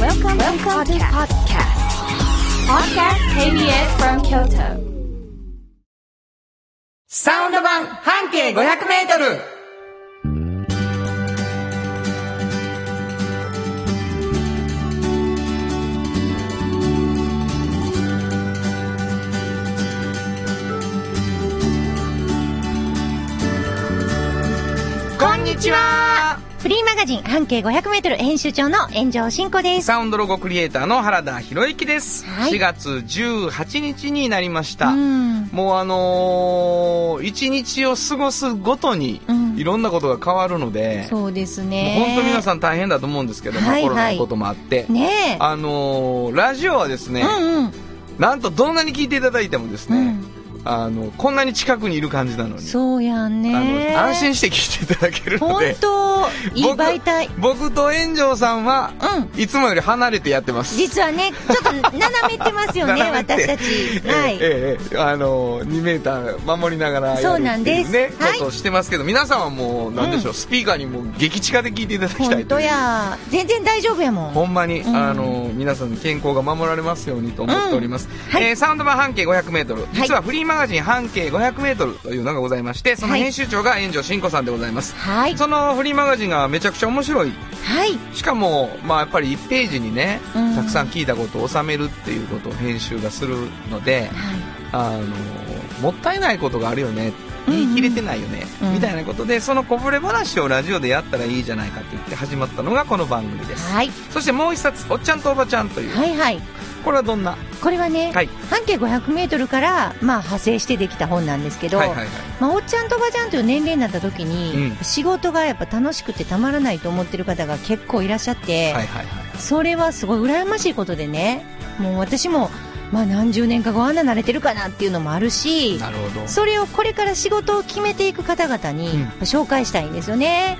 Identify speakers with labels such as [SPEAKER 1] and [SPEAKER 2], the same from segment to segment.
[SPEAKER 1] Welcome, to the podcast. Podcast KBS from Kyoto.
[SPEAKER 2] サウンド版半径500メートルこんにちは
[SPEAKER 3] フリーマガジン半径 500m 編集長の炎上真子です。
[SPEAKER 2] サウンドロゴクリエイターの原田博之です、
[SPEAKER 3] はい
[SPEAKER 2] 4月18日になりました、
[SPEAKER 3] うん。
[SPEAKER 2] もうあのー、一日を過ごすごとに
[SPEAKER 3] うん
[SPEAKER 2] いろんなことが変わるので、
[SPEAKER 3] そうです
[SPEAKER 2] も
[SPEAKER 3] ね。
[SPEAKER 2] う本当皆
[SPEAKER 3] ん。
[SPEAKER 2] さん大変だと思うんですけど、まあ
[SPEAKER 3] はい
[SPEAKER 2] コロナ
[SPEAKER 3] は
[SPEAKER 2] の
[SPEAKER 3] い
[SPEAKER 2] こともあって、
[SPEAKER 3] ね
[SPEAKER 2] あのー、ラジオはです
[SPEAKER 3] え。
[SPEAKER 2] ね、
[SPEAKER 3] うんうん。
[SPEAKER 2] なんとどんなに聞いていただいてもです
[SPEAKER 3] う
[SPEAKER 2] ね、
[SPEAKER 3] ん。
[SPEAKER 2] あのこんなに近くにいる感じなのに、
[SPEAKER 3] そうやんね。
[SPEAKER 2] あの安心して聞いていただけるの
[SPEAKER 3] 本
[SPEAKER 2] で
[SPEAKER 3] 当、いい
[SPEAKER 2] 僕
[SPEAKER 3] 媒体。
[SPEAKER 2] 僕と炎上さんは
[SPEAKER 3] うん。
[SPEAKER 2] いつもより離れてやってます。
[SPEAKER 3] 実はね、ちょっと斜めってますよね、
[SPEAKER 2] 斜めて
[SPEAKER 3] 私たち。は
[SPEAKER 2] え
[SPEAKER 3] い。
[SPEAKER 2] えええあの2メーター守りながらやるってい
[SPEAKER 3] そうなんです
[SPEAKER 2] ね
[SPEAKER 3] はい
[SPEAKER 2] ことをしてますけど皆さんはもうなんでしょう、スピーカーにもう激近で聞いていただきたいとい
[SPEAKER 3] 本
[SPEAKER 2] う
[SPEAKER 3] 当や。全然大丈夫やもん。
[SPEAKER 2] ほんまに、
[SPEAKER 3] うん
[SPEAKER 2] あの皆さんの健康が守られますようにと思っております、
[SPEAKER 3] はい
[SPEAKER 2] えーサウンド版半径 500m 実はフリーマガジン半径 500m というのがございましてその
[SPEAKER 3] はい
[SPEAKER 2] 編集長が炎上真子さんでございます、
[SPEAKER 3] はい。
[SPEAKER 2] そのフリーマガジンがめちゃくちゃ面白い
[SPEAKER 3] はい。
[SPEAKER 2] しかも、まあ、やっぱり1ページにね、
[SPEAKER 3] うん
[SPEAKER 2] たくさん聞いたことを収めるっていうことを編集がするので
[SPEAKER 3] は
[SPEAKER 2] あのもったいないことがあるよね
[SPEAKER 3] うんうん
[SPEAKER 2] 言い切れてないよね、
[SPEAKER 3] うん
[SPEAKER 2] みたいなことでそのこぼれ話をラジオでやったらいいじゃないかって言って始まったのがこの番組で
[SPEAKER 3] い。
[SPEAKER 2] す
[SPEAKER 3] はい。
[SPEAKER 2] そしてもう一冊「おっちゃんとおばちゃん」という、
[SPEAKER 3] はいはい。
[SPEAKER 2] これはどんな
[SPEAKER 3] これはね、
[SPEAKER 2] はい
[SPEAKER 3] 半径 500m から、まあ、派生してできた本なんですけど、
[SPEAKER 2] はいはいはい
[SPEAKER 3] まあ、おっちゃんとおばちゃんという年齢になった時に、
[SPEAKER 2] うん
[SPEAKER 3] 仕事がやっぱ楽しくてたまらないと思ってる方が結構いらっしゃって、
[SPEAKER 2] はいはいはい
[SPEAKER 3] それはすごい羨ましいことでねもう私も、まあ、何十年か後あんな慣れてるかなっていうのもあるし
[SPEAKER 2] なるほど
[SPEAKER 3] それをこれから仕事を決めていく方々
[SPEAKER 2] うん
[SPEAKER 3] にやっぱ紹介したいんですよね、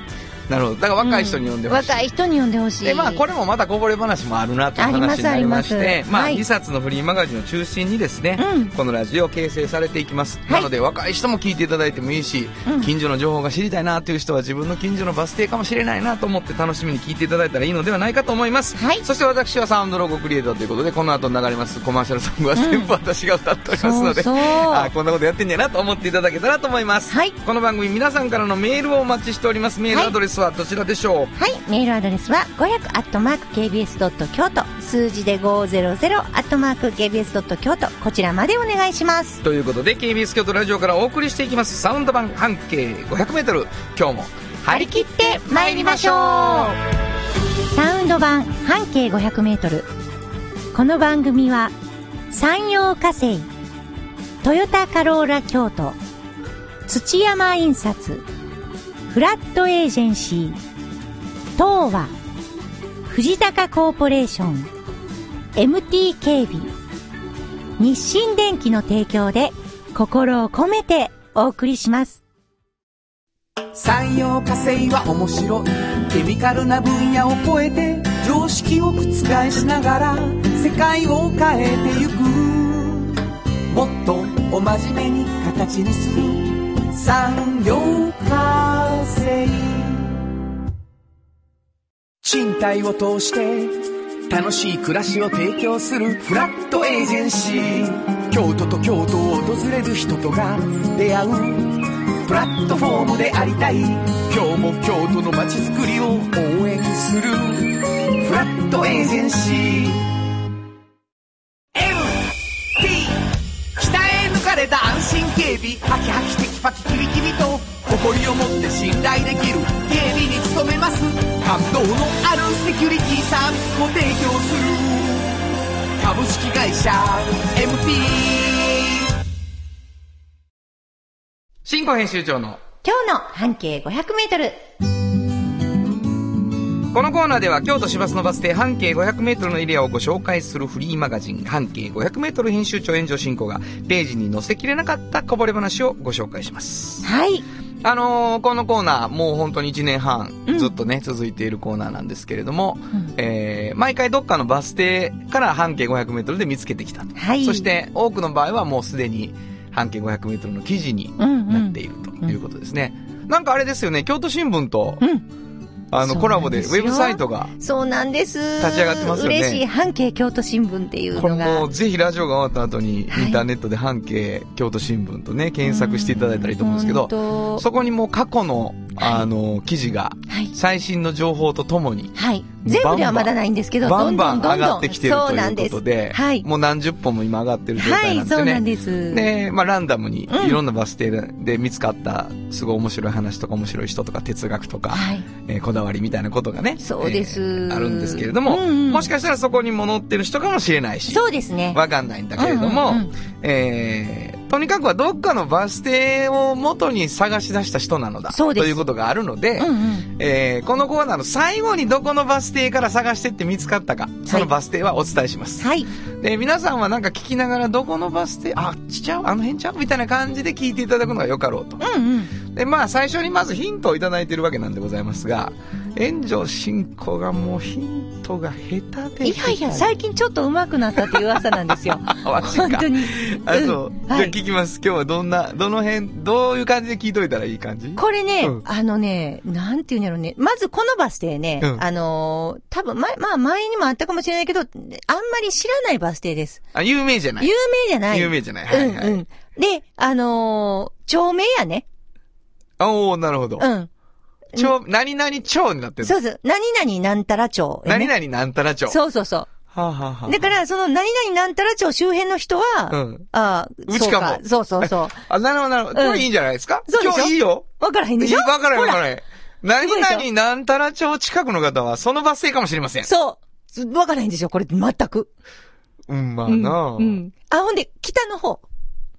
[SPEAKER 2] なるほどだから若い人に読んでほしい、
[SPEAKER 3] 若い人に呼んでほしい
[SPEAKER 2] でまあ、これもまたこぼれ話もあるなという話になりまして
[SPEAKER 3] ありますあります
[SPEAKER 2] まあ、
[SPEAKER 3] はい
[SPEAKER 2] 2冊のフリーマガジンを中心にですね、
[SPEAKER 3] うん
[SPEAKER 2] このラジオを形成されていきます、
[SPEAKER 3] い
[SPEAKER 2] なので若い人も聞いていただいてもいいし、
[SPEAKER 3] うん
[SPEAKER 2] 近所の情報が知りたいなという人は自分の近所のバス停かもしれないなと思って楽しみに聞いていただいたらいいのではないかと思います、
[SPEAKER 3] はい
[SPEAKER 2] そして私はサウンドロゴクリエイターということでこの後流れますコマーシャルソングは全部私が歌っておりますので、
[SPEAKER 3] そうそう
[SPEAKER 2] あーこんなことやってんやなと思っていただけたらと思います、
[SPEAKER 3] はい
[SPEAKER 2] この番組皆さんからのメールをお待ちしておりますメールアドレスはどちらでしょう、
[SPEAKER 3] はい、メールアドレスは500アットマーク KBS ドット京都数字で500アットマーク KBS ドット京都こちらまでお願いします。
[SPEAKER 2] ということで KBS 京都ラジオからお送りしていきますサウンド版半径 500m 今日も張り切って参りましょう
[SPEAKER 3] サウンド版半径500メートル。この番組は山陽火星、トヨタカローラ京都、土山印刷、フラットエージェンシー、東和、藤高コーポレーション、MT 警備、日清電機の提供で心を込めてお送りします。
[SPEAKER 4] 産業化成は面白いケミカルな分野を超えて常識を覆しながら世界を変えてゆくもっとお真面目に形にする産業化成賃貸を通して楽しい暮らしを提供するフラットエージェンシー京都と京都を訪れる人とが出会うプラットフォームでありたい今日も京都の街づくりを応援するフラットエージェンシー MT 北へ抜かれた安心警備ハキハキテキパキキビキビと誇りを持って信頼できる警備に努めます感動のあるセキュリティサービスを提供する株式会社 MT
[SPEAKER 2] 新語編集長の
[SPEAKER 3] 今日の半径500メートル。
[SPEAKER 2] このコーナーでは京都市バスのバス停半径 500m のエリアをご紹介するフリーマガジン半径 500m 編集長炎上進行がページに載せきれなかったこぼれ話をご紹介します
[SPEAKER 3] はい。
[SPEAKER 2] あのーこのコーナーもう本当に1年半
[SPEAKER 3] うん
[SPEAKER 2] ずっとね、続いているコーナーなんですけれども、
[SPEAKER 3] うん
[SPEAKER 2] えー毎回どっかのバス停から半径 500m で見つけてきたと
[SPEAKER 3] はい。
[SPEAKER 2] そし、て多くの場合はもうすでに半径 500m の記事に
[SPEAKER 3] うんうん、
[SPEAKER 2] なっているということですね。なんかあれですよね、京都新聞と、
[SPEAKER 3] うん。
[SPEAKER 2] あの、コラボで、ウ
[SPEAKER 3] そうなんですよ
[SPEAKER 2] ェブサイトが、
[SPEAKER 3] そうなんです。
[SPEAKER 2] 立ち上がってますよね
[SPEAKER 3] 嬉しい。半径京都新聞っていう
[SPEAKER 2] こ
[SPEAKER 3] の
[SPEAKER 2] れ
[SPEAKER 3] が
[SPEAKER 2] も。ぜひラジオが終わった後に、イ
[SPEAKER 3] はい
[SPEAKER 2] ンターネットで半径京都新聞とね、検索していただいたらいいと思うんですけど、
[SPEAKER 3] ど
[SPEAKER 2] そこにもう過去の、あの、記事が、
[SPEAKER 3] はい。
[SPEAKER 2] 最新の情報とともに、
[SPEAKER 3] はい。全部ではまだないんですけど、
[SPEAKER 2] バ
[SPEAKER 3] ど
[SPEAKER 2] ン
[SPEAKER 3] ん
[SPEAKER 2] バ
[SPEAKER 3] ど
[SPEAKER 2] ン
[SPEAKER 3] んど
[SPEAKER 2] 上
[SPEAKER 3] ん
[SPEAKER 2] が
[SPEAKER 3] ど
[SPEAKER 2] っ
[SPEAKER 3] ん。
[SPEAKER 2] てきてるということで、
[SPEAKER 3] はい。
[SPEAKER 2] もう何十本も今上がってる状態
[SPEAKER 3] は、
[SPEAKER 2] ないんです
[SPEAKER 3] そ
[SPEAKER 2] よ
[SPEAKER 3] う
[SPEAKER 2] ね。
[SPEAKER 3] なんです。
[SPEAKER 2] で、まあ、ランダムに
[SPEAKER 3] うん
[SPEAKER 2] いろんなバス停で見つかった、すごい面白い話とか面白い人とか哲学とか、
[SPEAKER 3] はい。
[SPEAKER 2] えーこだわりみたいなことがね。
[SPEAKER 3] そうです
[SPEAKER 2] えーあるんですけれども、
[SPEAKER 3] うんうん
[SPEAKER 2] もしかしたらそこにも載ってる人かもしれないし、
[SPEAKER 3] そうですね。
[SPEAKER 2] わかんないんだけれども、
[SPEAKER 3] うんうんうん
[SPEAKER 2] えーとにかくはどっかのバス停を元に探し出した人なのだ。
[SPEAKER 3] そうです
[SPEAKER 2] ということがあるので、
[SPEAKER 3] うんうん。
[SPEAKER 2] えーこのコーナーの最後にどこのバス停から探してって見つかったか、そのバス停はお伝えします。
[SPEAKER 3] はい。
[SPEAKER 2] で、皆さんはなんか聞きながら、どこのバス停、あっちちゃうあの辺ちゃうみたいな感じで聞いていただくのがよかろうと。
[SPEAKER 3] うんうん。
[SPEAKER 2] で、まあ、最初にまずヒントをいただいてるわけなんでございますが、炎上進行がもうヒントが下手で。
[SPEAKER 3] いやいや、
[SPEAKER 2] 最
[SPEAKER 3] 最近ちょっと上手くなったっていう噂なんです よ。
[SPEAKER 2] 後は
[SPEAKER 3] 本当に。
[SPEAKER 2] あ、そう。
[SPEAKER 3] うん
[SPEAKER 2] じゃあ
[SPEAKER 3] はい
[SPEAKER 2] 聞きます。今日はどんな、どの辺、どういう感じで聞いといたらいい感じ
[SPEAKER 3] これね、
[SPEAKER 2] うん
[SPEAKER 3] あのね、なんていうんやろうね。まずこのバス停ね、
[SPEAKER 2] うん
[SPEAKER 3] あのー多分、ま、まあ前にもあったかもしれないけど、あんまり知らないバス停です。
[SPEAKER 2] あ、有名じゃない。
[SPEAKER 3] 有名じゃない。
[SPEAKER 2] 有名じゃない。はいはい。
[SPEAKER 3] うんうん。で、あのー町名やね。
[SPEAKER 2] あ、おーなるほど。
[SPEAKER 3] うん。
[SPEAKER 2] 超、何々超になってる。
[SPEAKER 3] そうそう。何々なんたら町、ね。
[SPEAKER 2] 何々なんたら超。
[SPEAKER 3] そうそうそ
[SPEAKER 2] はあ、はあはあ
[SPEAKER 3] う。だから、その何々なんたら町周辺の人は、
[SPEAKER 2] うん
[SPEAKER 3] ああ、
[SPEAKER 2] うちかも
[SPEAKER 3] そうそうそうそう。
[SPEAKER 2] あ、なるほど、なるほど。
[SPEAKER 3] うん
[SPEAKER 2] これいいんじゃないですか、
[SPEAKER 3] そうでしょ
[SPEAKER 2] 今日いいよ。
[SPEAKER 3] わからへんで
[SPEAKER 2] い
[SPEAKER 3] し
[SPEAKER 2] い
[SPEAKER 3] ょ
[SPEAKER 2] わからへん、
[SPEAKER 3] ほ
[SPEAKER 2] わかららへん。何
[SPEAKER 3] すごいでしょ
[SPEAKER 2] 々なんたら町近くの方は、そのバス停かもしれません。
[SPEAKER 3] そう。わからへんでしょこれ、全く。
[SPEAKER 2] うん、まあ
[SPEAKER 3] うん
[SPEAKER 2] なあ、
[SPEAKER 3] うん。あ、ほんで、北の方。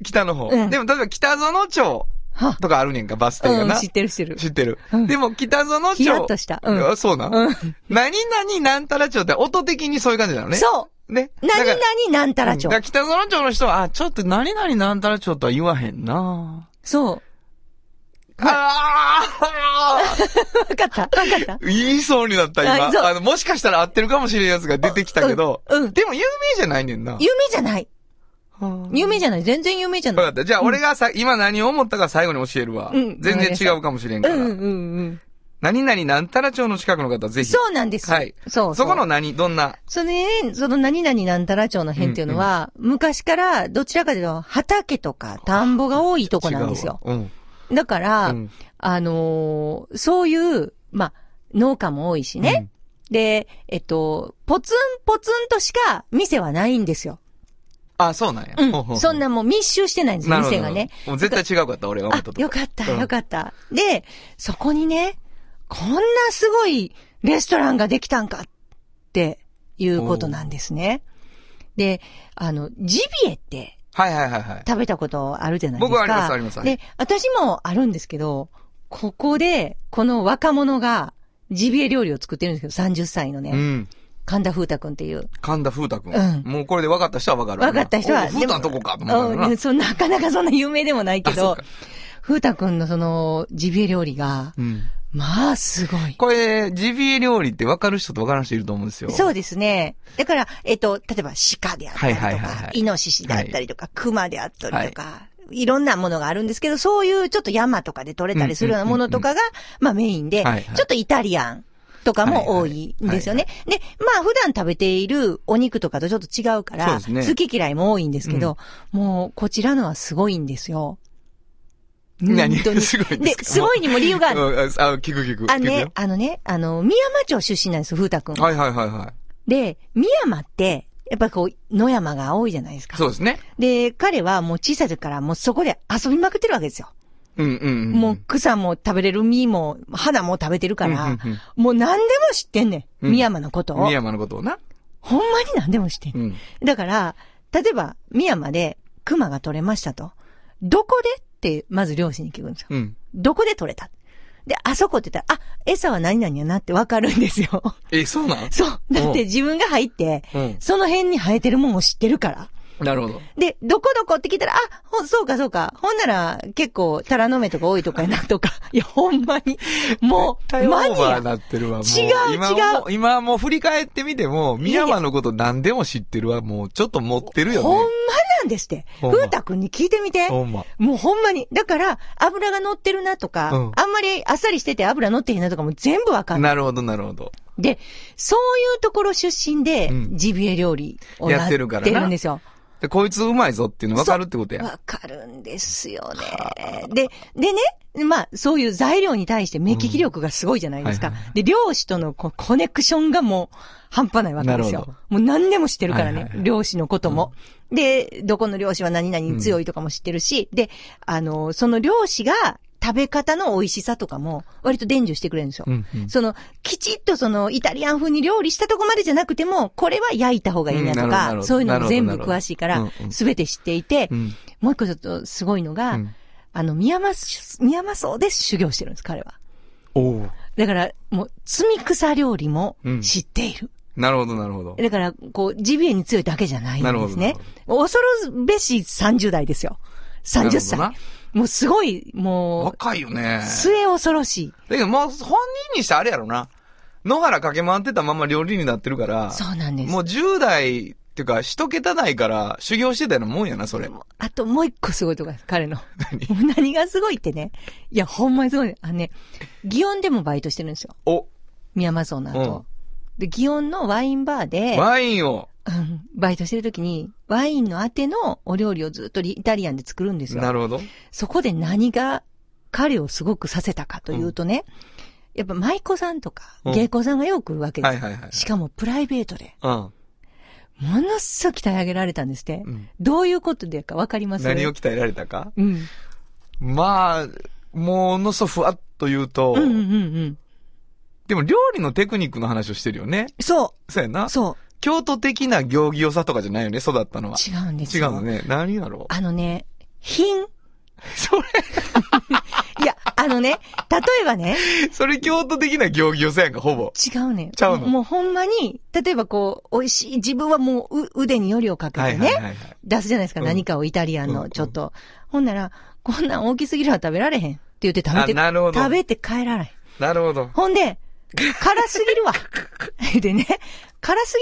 [SPEAKER 2] 北の方、
[SPEAKER 3] うん
[SPEAKER 2] でも、例えば北園町
[SPEAKER 3] は
[SPEAKER 2] とかあるねんか、バス停が
[SPEAKER 3] うん、
[SPEAKER 2] な。
[SPEAKER 3] 知ってる知ってる。
[SPEAKER 2] 知ってる。
[SPEAKER 3] うん
[SPEAKER 2] でも、北園町。
[SPEAKER 3] ヒヤッとしたうん
[SPEAKER 2] あそうなん、
[SPEAKER 3] うん。
[SPEAKER 2] 何々なんたら町って音的にそういう感じなのね。。
[SPEAKER 3] そう
[SPEAKER 2] ね。
[SPEAKER 3] う。何々なんた
[SPEAKER 2] た
[SPEAKER 3] ら町
[SPEAKER 2] だか。ら北園町の人は、あ、ちょっと何々なんたら町とは言わへんな
[SPEAKER 3] そう。
[SPEAKER 2] ああー
[SPEAKER 3] わかったわかった
[SPEAKER 2] 言いそうになった、
[SPEAKER 3] あそう
[SPEAKER 2] 今。あの、もしかしたら合ってるかもしれんやつが出てきたけど、
[SPEAKER 3] うんうん
[SPEAKER 2] でも有名じゃないねんな。
[SPEAKER 3] 有名じゃない。
[SPEAKER 2] はあ
[SPEAKER 3] 有名じゃない。全然有名じゃ
[SPEAKER 2] わ
[SPEAKER 3] な
[SPEAKER 2] か
[SPEAKER 3] い
[SPEAKER 2] っ。た。じゃあ、俺がさ、今何を思ったか最後に教えるわ。
[SPEAKER 3] うん
[SPEAKER 2] 全然違うかもしれん
[SPEAKER 3] う
[SPEAKER 2] から。
[SPEAKER 3] んうんうん
[SPEAKER 2] 何々なんたら町の近くの方、ぜ
[SPEAKER 3] うん。
[SPEAKER 2] ひ。
[SPEAKER 3] そうなんです。
[SPEAKER 2] はい
[SPEAKER 3] そうう
[SPEAKER 2] そこの何、どんな。
[SPEAKER 3] そのね、その何々なんたら町の辺っていうのは、昔からどちらかというと畑とか田んぼが多いとこなんですよ。
[SPEAKER 2] 違うわ。うん。
[SPEAKER 3] だから、
[SPEAKER 2] うん
[SPEAKER 3] あのーそういう、まあ、農家も多いしね。で、えっと、ポツンポツンとしか店はないんですよ。
[SPEAKER 2] あ、そうなんや。
[SPEAKER 3] う
[SPEAKER 2] ほほ
[SPEAKER 3] ん。そん。なもう密集してないんです
[SPEAKER 2] な
[SPEAKER 3] よ、
[SPEAKER 2] るほど
[SPEAKER 3] 店がね。。
[SPEAKER 2] もう絶対違うかった、俺が思
[SPEAKER 3] あ
[SPEAKER 2] ったと、こ。
[SPEAKER 3] よかった、
[SPEAKER 2] うん
[SPEAKER 3] よかった。で、そこにね、こんなすごいレストランができたんかっていうことなんですね。で、あの、ジビエって
[SPEAKER 2] はいはいはいはい。
[SPEAKER 3] 食べたことあるじゃないですか。
[SPEAKER 2] 僕はありますありますはい
[SPEAKER 3] で、私もあるんですけど、ここで、この若者がジビエ料理を作ってるんですけど、30歳のね、
[SPEAKER 2] うん。
[SPEAKER 3] 神田風太くんっていう。
[SPEAKER 2] 神田風太くん。
[SPEAKER 3] うん
[SPEAKER 2] もうこれで分かった人は分かるわな。
[SPEAKER 3] 分かった人は。
[SPEAKER 2] お風太のとこかと思った
[SPEAKER 3] う。
[SPEAKER 2] なん
[SPEAKER 3] そう、なかなかそんな有名でもないけ
[SPEAKER 2] あそ
[SPEAKER 3] ど
[SPEAKER 2] うか、
[SPEAKER 3] 風太くんのその、ジビエ料理が、
[SPEAKER 2] うん。
[SPEAKER 3] まあ、すごい。
[SPEAKER 2] これ、ジビエ料理って分かる人と分からん人いると思うんですよ。。
[SPEAKER 3] そううですね。だから、えっと、例えば鹿であったりとか、
[SPEAKER 2] はいはいはいはい
[SPEAKER 3] イノシシであったりとか、熊であったりとか、い、ろんなものがあるんですけど、そういうちょっと山とかで取れたりするようなものとかが、まあメインで、
[SPEAKER 2] はいはい
[SPEAKER 3] ちょっとイタリアンとかも多いんですよね。で、まあ普段食べているお肉とかとちょっと違うか
[SPEAKER 2] そう
[SPEAKER 3] ら、
[SPEAKER 2] ですね
[SPEAKER 3] 好き嫌いも多いんですけど、もうこちらのはすごいんですよ。
[SPEAKER 2] 何
[SPEAKER 3] 本当に
[SPEAKER 2] すごいん
[SPEAKER 3] で、
[SPEAKER 2] で すか
[SPEAKER 3] すごいにも理由がある。
[SPEAKER 2] うんあ、聞く聞く。
[SPEAKER 3] あ
[SPEAKER 2] 聞く
[SPEAKER 3] ね
[SPEAKER 2] よ、
[SPEAKER 3] あのね、あの、宮山町出身なんですよ、風太くん。
[SPEAKER 2] はいはいはいは
[SPEAKER 3] で、宮山って、やっぱこう、野山が多いじゃないです
[SPEAKER 2] い。
[SPEAKER 3] か。
[SPEAKER 2] そうですね。
[SPEAKER 3] で、彼はもう小さい時からもうそこで遊びまくってるわけですよ。
[SPEAKER 2] うんうんん。
[SPEAKER 3] もう草も食べれる実も、花も食べてるから、
[SPEAKER 2] うんうんうん
[SPEAKER 3] もう何でも知ってんねん。
[SPEAKER 2] うん
[SPEAKER 3] 宮山のことを。
[SPEAKER 2] 深山のことをな。
[SPEAKER 3] ほんまに何でも知ってんねん
[SPEAKER 2] うん。
[SPEAKER 3] だから、例えば、宮山で熊が取れましたと。どこでって、まず両親に聞くんですよ。
[SPEAKER 2] うん。
[SPEAKER 3] どこで取れたで、あそこって言ったら、あ、餌は何々やなってわかるんですよ。
[SPEAKER 2] え、そうなん
[SPEAKER 3] そう。だって自分が入って、
[SPEAKER 2] うん
[SPEAKER 3] その辺に生えてるもんを知ってるから。
[SPEAKER 2] なるほど。
[SPEAKER 3] で、どこどこって聞いたら、あ、ほ、そうかそうか。ほんなら、結構、タラの芽とか多いとかやなと か。いや、ほんまに。もう、
[SPEAKER 2] 対オ
[SPEAKER 3] マ
[SPEAKER 2] ー
[SPEAKER 3] ニ
[SPEAKER 2] バー
[SPEAKER 3] ア。
[SPEAKER 2] なってるわ、もう。
[SPEAKER 3] 違う
[SPEAKER 2] 今
[SPEAKER 3] 違う
[SPEAKER 2] もう今もう振り返ってみて
[SPEAKER 3] い
[SPEAKER 2] も、
[SPEAKER 3] や
[SPEAKER 2] 宮山のこと何でも知ってるわ、もうちょっと持ってるよね。
[SPEAKER 3] ほんま
[SPEAKER 5] んですって。
[SPEAKER 2] ほんま
[SPEAKER 5] 風太くんに聞いてみて。
[SPEAKER 2] ほんま。
[SPEAKER 5] もうほんまに。だから、油が乗ってるなとか、
[SPEAKER 2] うん
[SPEAKER 5] あんまりあっさりしてて油乗ってへんなとかも全部わかる。
[SPEAKER 2] なるほど、なるほど。
[SPEAKER 5] で、そういうところ出身で
[SPEAKER 2] うん、
[SPEAKER 5] ジビエ料理をや
[SPEAKER 2] やっ
[SPEAKER 5] ってて
[SPEAKER 2] る
[SPEAKER 5] る
[SPEAKER 2] からなん
[SPEAKER 5] ですよ。
[SPEAKER 2] で、こいつうまいぞっていうの分かるってことや。
[SPEAKER 5] わかるんですよね。で、でね、まあ、そういう材料に対して目利き力がすごいじゃないですか。
[SPEAKER 2] うんはいは
[SPEAKER 5] で、漁師とのこうコネクションがもう半端ないわけで
[SPEAKER 2] な
[SPEAKER 5] す
[SPEAKER 2] るほ
[SPEAKER 5] よ
[SPEAKER 2] ど。
[SPEAKER 5] もう何でも知ってるからね、
[SPEAKER 2] はいはいはい
[SPEAKER 5] 漁師のことも。で、どこの漁師は何々に強いとかも知ってるし、で、あの、その漁師が食べ方の美味しさとかも割と伝授してくれるんですよ。
[SPEAKER 2] うんうん
[SPEAKER 5] その、きちっとその、イタリアン風に料理したとこまでじゃなくても、これは焼いた方がいいな
[SPEAKER 2] うんなる
[SPEAKER 5] と
[SPEAKER 2] ほどな
[SPEAKER 5] か、
[SPEAKER 2] るほど
[SPEAKER 5] そういうのも全部
[SPEAKER 2] なるほど
[SPEAKER 5] 詳しいか
[SPEAKER 2] う
[SPEAKER 5] ら
[SPEAKER 2] んう、ん
[SPEAKER 5] すべて知っていて、
[SPEAKER 2] うん。
[SPEAKER 5] もう一個ちょっとすごいのが、
[SPEAKER 2] うん
[SPEAKER 5] あの、宮益、宮益荘で修行してるんです、彼は。
[SPEAKER 2] おう
[SPEAKER 5] だから、もう、積み草料理も
[SPEAKER 2] うん
[SPEAKER 5] 知っている。
[SPEAKER 2] なるほど、なるほど。
[SPEAKER 5] だから、こう、ジビエに強いだけじゃないん
[SPEAKER 2] なるほ
[SPEAKER 5] で
[SPEAKER 2] ど
[SPEAKER 5] す
[SPEAKER 2] なる
[SPEAKER 5] ね。恐るべし30代ですよ。30
[SPEAKER 2] なる
[SPEAKER 5] 歳
[SPEAKER 2] ほど。
[SPEAKER 5] もうすごい、もう、
[SPEAKER 2] 若いよね。
[SPEAKER 5] 末恐ろしい。
[SPEAKER 2] だけど、もう、本人にしてあれやろな。野原駆け回ってたまま料理人になってるから。
[SPEAKER 5] そうなんです
[SPEAKER 2] もう10代、っていうか、一桁台から修行してたようなもんやな、それ。
[SPEAKER 5] あともう一個すごいとこです、彼の。 もう何がすごいってね。いや、ほんまにすごい。あのね、祇園でもバイトしてるんですよ。
[SPEAKER 2] お、
[SPEAKER 5] 宮益荘の後。で、祇園のワインバーで、
[SPEAKER 2] ワインを。
[SPEAKER 5] うん バイトしてる時に、ワインのあてのお料理をずっとイタリアンで作るんです
[SPEAKER 2] な
[SPEAKER 5] よ。
[SPEAKER 2] るほど。
[SPEAKER 5] そこで何が彼をすごくさせたかというとね、やっぱ舞妓さんとか
[SPEAKER 2] うん
[SPEAKER 5] 芸妓さんがよく来るわけですよ。
[SPEAKER 2] はいはいはい
[SPEAKER 5] しかもプライベートで、
[SPEAKER 2] うん。
[SPEAKER 5] ものすごく鍛え上げられたんですって。
[SPEAKER 2] うん
[SPEAKER 5] どういうことでかわかります
[SPEAKER 2] 何を鍛えられたか
[SPEAKER 5] うん。
[SPEAKER 2] まあ、ものそふわっと言うと、
[SPEAKER 5] うんうんうんうん。
[SPEAKER 2] でも料理のテクニックの話をしてるよね。
[SPEAKER 5] そ
[SPEAKER 2] そうやな。
[SPEAKER 5] う、そ
[SPEAKER 2] 京都的な行儀良さとかじゃないよね、育ったのは。
[SPEAKER 5] う、違うんです
[SPEAKER 2] 違う
[SPEAKER 5] よ。
[SPEAKER 2] のね。何やろう
[SPEAKER 5] あのね、品。
[SPEAKER 2] そ
[SPEAKER 5] いや、あのね、例えばね、
[SPEAKER 2] れ、それ京都的な行儀良さやんか、ほぼ。
[SPEAKER 5] 違うね。
[SPEAKER 2] ちゃうの
[SPEAKER 5] もうほんまに、例えばこう、美味しい、自分はもうう腕によりをかけ
[SPEAKER 2] は
[SPEAKER 5] て
[SPEAKER 2] いはいはいは
[SPEAKER 5] ね、
[SPEAKER 2] い。
[SPEAKER 5] 出すじゃないですか、
[SPEAKER 2] うん
[SPEAKER 5] 何かをイタリアン
[SPEAKER 2] うん
[SPEAKER 5] の、ちょっと。ほんなら、こんなん大きすぎるは食べられへんって言って食べて、
[SPEAKER 2] あなるほど
[SPEAKER 5] 食べて帰らない。
[SPEAKER 2] なるほど。
[SPEAKER 5] ほんで、辛す ぎるわ。でね、辛す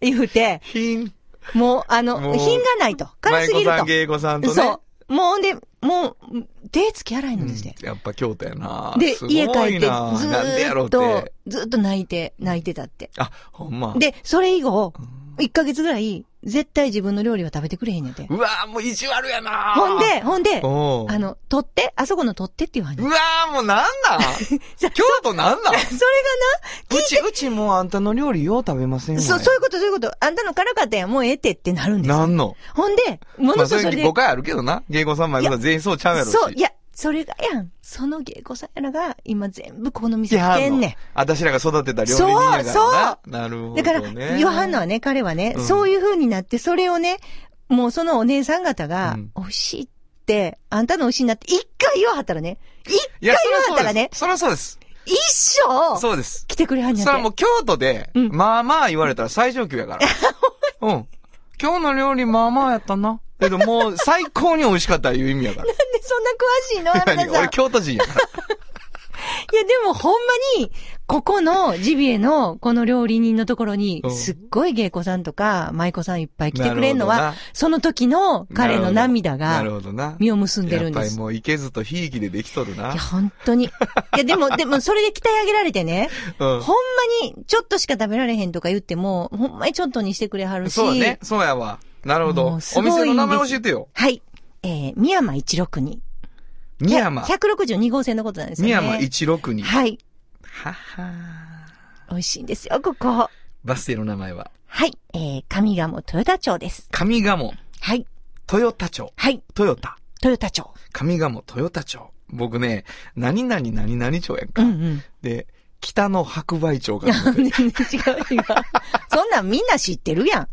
[SPEAKER 5] ぎるわ。言うて、
[SPEAKER 2] 品。
[SPEAKER 5] もう、あの
[SPEAKER 2] もう、
[SPEAKER 5] 品がないと。辛すぎ
[SPEAKER 2] 舞
[SPEAKER 5] る
[SPEAKER 2] 妓さ
[SPEAKER 5] と
[SPEAKER 2] ん、。芸妓さんとね。
[SPEAKER 5] そう。もうほんで、もう、手つき荒いの
[SPEAKER 2] うん
[SPEAKER 5] ですね。
[SPEAKER 2] やっぱ京都やな
[SPEAKER 5] で、
[SPEAKER 2] すごい
[SPEAKER 5] 家
[SPEAKER 2] な
[SPEAKER 5] 帰って、ず
[SPEAKER 2] なんでやろう
[SPEAKER 5] ー
[SPEAKER 2] っ
[SPEAKER 5] っ
[SPEAKER 2] て
[SPEAKER 5] と。、ずーっと泣いて、泣いてたって。
[SPEAKER 2] あ、ほんま。
[SPEAKER 5] で、それ以後、1ヶ月ぐらい、絶対自分の料理は食べてくれへんねんて。
[SPEAKER 2] うわーもう意地悪やな
[SPEAKER 5] ほんで、ほんで、
[SPEAKER 2] おう
[SPEAKER 5] あの、取って、あそこの取ってっていう話。
[SPEAKER 2] うわーもうなんなん
[SPEAKER 5] じゃ
[SPEAKER 2] 京都なんなんう
[SPEAKER 5] それ
[SPEAKER 2] ち、うちもうあんたの料理よう食べません
[SPEAKER 5] が
[SPEAKER 2] わ
[SPEAKER 5] な、そう、そういうこと、そういうこと。あんたの辛かったんや、もうええってってなるんですよ
[SPEAKER 2] なんの
[SPEAKER 5] ほんで、も
[SPEAKER 2] ま
[SPEAKER 5] の
[SPEAKER 2] あ
[SPEAKER 5] す
[SPEAKER 2] そ
[SPEAKER 5] ごい
[SPEAKER 2] れ
[SPEAKER 5] それ
[SPEAKER 2] に
[SPEAKER 5] で、
[SPEAKER 2] 誤解あるけどな。芸妓さんもやけど
[SPEAKER 5] いや
[SPEAKER 2] 全員そうちゃうやろし。
[SPEAKER 5] そう、いや、それがやん。その芸妓さんやらが、今全部この
[SPEAKER 2] 来
[SPEAKER 5] 店来
[SPEAKER 2] は
[SPEAKER 5] て
[SPEAKER 2] ん
[SPEAKER 5] ん
[SPEAKER 2] の
[SPEAKER 5] ねん。。
[SPEAKER 2] 私らが育てた料理人やからな。。
[SPEAKER 5] そう
[SPEAKER 2] なるほど、ね。
[SPEAKER 5] だから、ヨハンナはね、彼はね、
[SPEAKER 2] うん
[SPEAKER 5] そういう風になって、それをね、もうそのお姉さん方が、
[SPEAKER 2] うん
[SPEAKER 5] 美味しいって、あんたの美味しいなって、一回言わはったらね、一
[SPEAKER 2] い
[SPEAKER 5] 回言
[SPEAKER 2] や
[SPEAKER 5] わ、は
[SPEAKER 2] そら
[SPEAKER 5] った
[SPEAKER 2] そ
[SPEAKER 5] ら
[SPEAKER 2] うで
[SPEAKER 5] ね、
[SPEAKER 2] す。そらそうです。
[SPEAKER 5] 一生、
[SPEAKER 2] そうです。
[SPEAKER 5] 来てくれはんじゃ
[SPEAKER 2] それは
[SPEAKER 5] ん
[SPEAKER 2] も
[SPEAKER 5] て
[SPEAKER 2] う。京都で、
[SPEAKER 5] うん
[SPEAKER 2] まあまあ言われたら最上級やから。うん。今日の料理まあまあやったな。けどもう最高に美味しかったいう意味やから。
[SPEAKER 5] なんでそんな詳しいの原田さん。いや、
[SPEAKER 2] 俺
[SPEAKER 5] で
[SPEAKER 2] 京都人やから。
[SPEAKER 5] もほんまに、ここのジビエのこの料理人のところに
[SPEAKER 2] う、ん
[SPEAKER 5] すっごい芸妓さんとか、舞妓さんいっぱい来てくれる
[SPEAKER 2] なる
[SPEAKER 5] の
[SPEAKER 2] ほ
[SPEAKER 5] は
[SPEAKER 2] どな、
[SPEAKER 5] その時の彼の涙
[SPEAKER 2] な
[SPEAKER 5] が
[SPEAKER 2] る、ほどな。
[SPEAKER 5] 実を結んでるんです
[SPEAKER 2] やっぱりもういけずとひいきでできとるない
[SPEAKER 5] や、。本 当に。いや、でも、でも、それで鍛え上げられてね、
[SPEAKER 2] うん
[SPEAKER 5] ほんまに、ちょっとしか食べられへんとか言っても、ほんまにちょっとにしてくれはるし。
[SPEAKER 2] そうやね。そうやわ。なるほど。
[SPEAKER 5] も
[SPEAKER 2] お
[SPEAKER 5] うすご
[SPEAKER 2] 店
[SPEAKER 5] いんです
[SPEAKER 2] の名前教えてよ。
[SPEAKER 5] はい。えー、宮山162。
[SPEAKER 2] 宮山。
[SPEAKER 5] 162号線のことなんですよね。
[SPEAKER 2] 宮山162。
[SPEAKER 5] はい。
[SPEAKER 2] はは
[SPEAKER 5] 美味しいんですよ、ここ。
[SPEAKER 2] バス停の名前は、
[SPEAKER 5] はい。えー、上賀茂豊田町です。
[SPEAKER 2] 上賀茂、
[SPEAKER 5] はい。
[SPEAKER 2] 豊田町、
[SPEAKER 5] はい。
[SPEAKER 2] 豊田、
[SPEAKER 5] 豊田町。
[SPEAKER 2] 上賀茂、豊田町。僕ね、何々何々町やんか。
[SPEAKER 5] うんうん。
[SPEAKER 2] で、北の白梅町
[SPEAKER 5] いや
[SPEAKER 2] が、
[SPEAKER 5] 全然違う違う。そんなんみんな知ってるやん。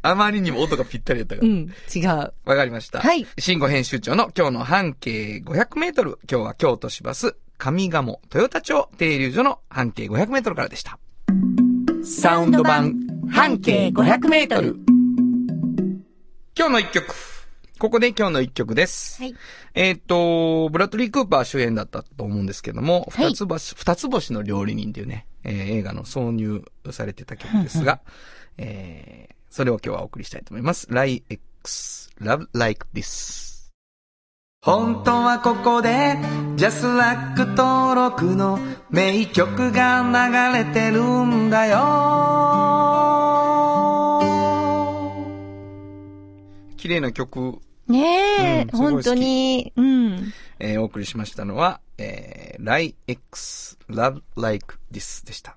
[SPEAKER 2] あまりにも音がぴったりやったか
[SPEAKER 5] う
[SPEAKER 2] ら。
[SPEAKER 5] ん。違う。
[SPEAKER 2] わかりました。
[SPEAKER 5] はい。
[SPEAKER 2] 新語編集長の今日の半径500メートル。今日は京都市バス、上賀茂、豊田町、停留所の半径500メートルからでした。
[SPEAKER 4] サウンド版半径500メートル
[SPEAKER 2] 今日の一曲。ここで今日の一曲です。
[SPEAKER 5] はい。
[SPEAKER 2] えっ、と、ブラッドリー・クーパー主演だったと思うんですけども、
[SPEAKER 5] はい
[SPEAKER 2] 二つ星、二つ星の料理人というね、えー映画の挿入されてた曲ですが、えーそれを今日はお送りしたいと思います。Like X Love Like This。本当はここで、ジャスラック登録の名曲が流れてるんだよ。綺麗な曲、
[SPEAKER 5] ねえ、
[SPEAKER 2] うんすごい好
[SPEAKER 5] 本
[SPEAKER 2] き
[SPEAKER 5] 当に。うん。
[SPEAKER 2] えーお送りしましたのは、えー、Like X Love Like This でした。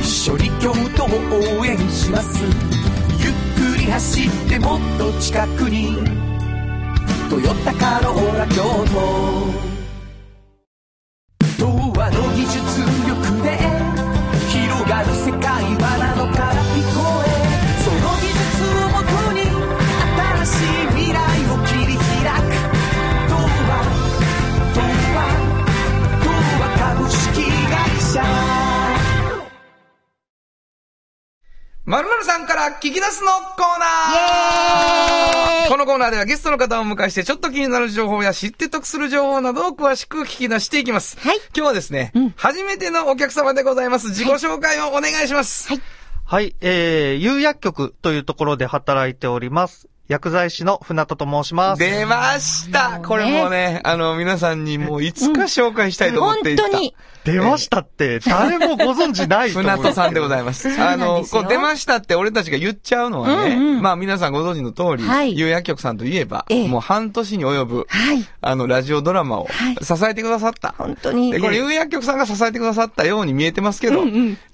[SPEAKER 4] 一緒に京都を応援しますゆっくり走ってもっと近くに「トヨタカローラ京都」「童話の技術力で広がる世界はなのから聞こえ」「その技術をもとに新しい未来を切り開く」「童話童話童話株式会社」
[SPEAKER 2] まるさんから聞き出すのコーナーこのコーナーではゲストの方をお迎えして、ちょっと気になる情報や知って得する情報などを詳しく聞き出していきます。
[SPEAKER 3] はい
[SPEAKER 2] 今日はですね、初めてのお客様でございます。自己紹介をお願いします。はい。
[SPEAKER 6] はい、えー、有薬局というところで働いております。薬剤師の船戸と申します。
[SPEAKER 2] 出ましたこれもうね、あの、皆さんにもういつか紹介したいと思っ
[SPEAKER 5] 本
[SPEAKER 2] ていた。
[SPEAKER 5] 当に。
[SPEAKER 6] 出ましたって、誰もご存知ないと思
[SPEAKER 2] 船
[SPEAKER 6] う。
[SPEAKER 2] 戸さんでございます。あ
[SPEAKER 5] なん
[SPEAKER 2] の、
[SPEAKER 5] ですよ
[SPEAKER 2] こう出ましたって俺たちが言っちゃうのはね、
[SPEAKER 5] うんうん
[SPEAKER 2] まあ皆さんご存知の通り、
[SPEAKER 5] はい
[SPEAKER 2] 有薬局さんといえば、
[SPEAKER 5] ええ
[SPEAKER 2] もう半年に及ぶ、
[SPEAKER 5] はい。
[SPEAKER 2] あの、ラジオドラマを
[SPEAKER 5] はい
[SPEAKER 2] 支えてくださった。
[SPEAKER 5] 本当に。
[SPEAKER 2] で、これ、有薬局さんが支えてくださったように見えてますけど、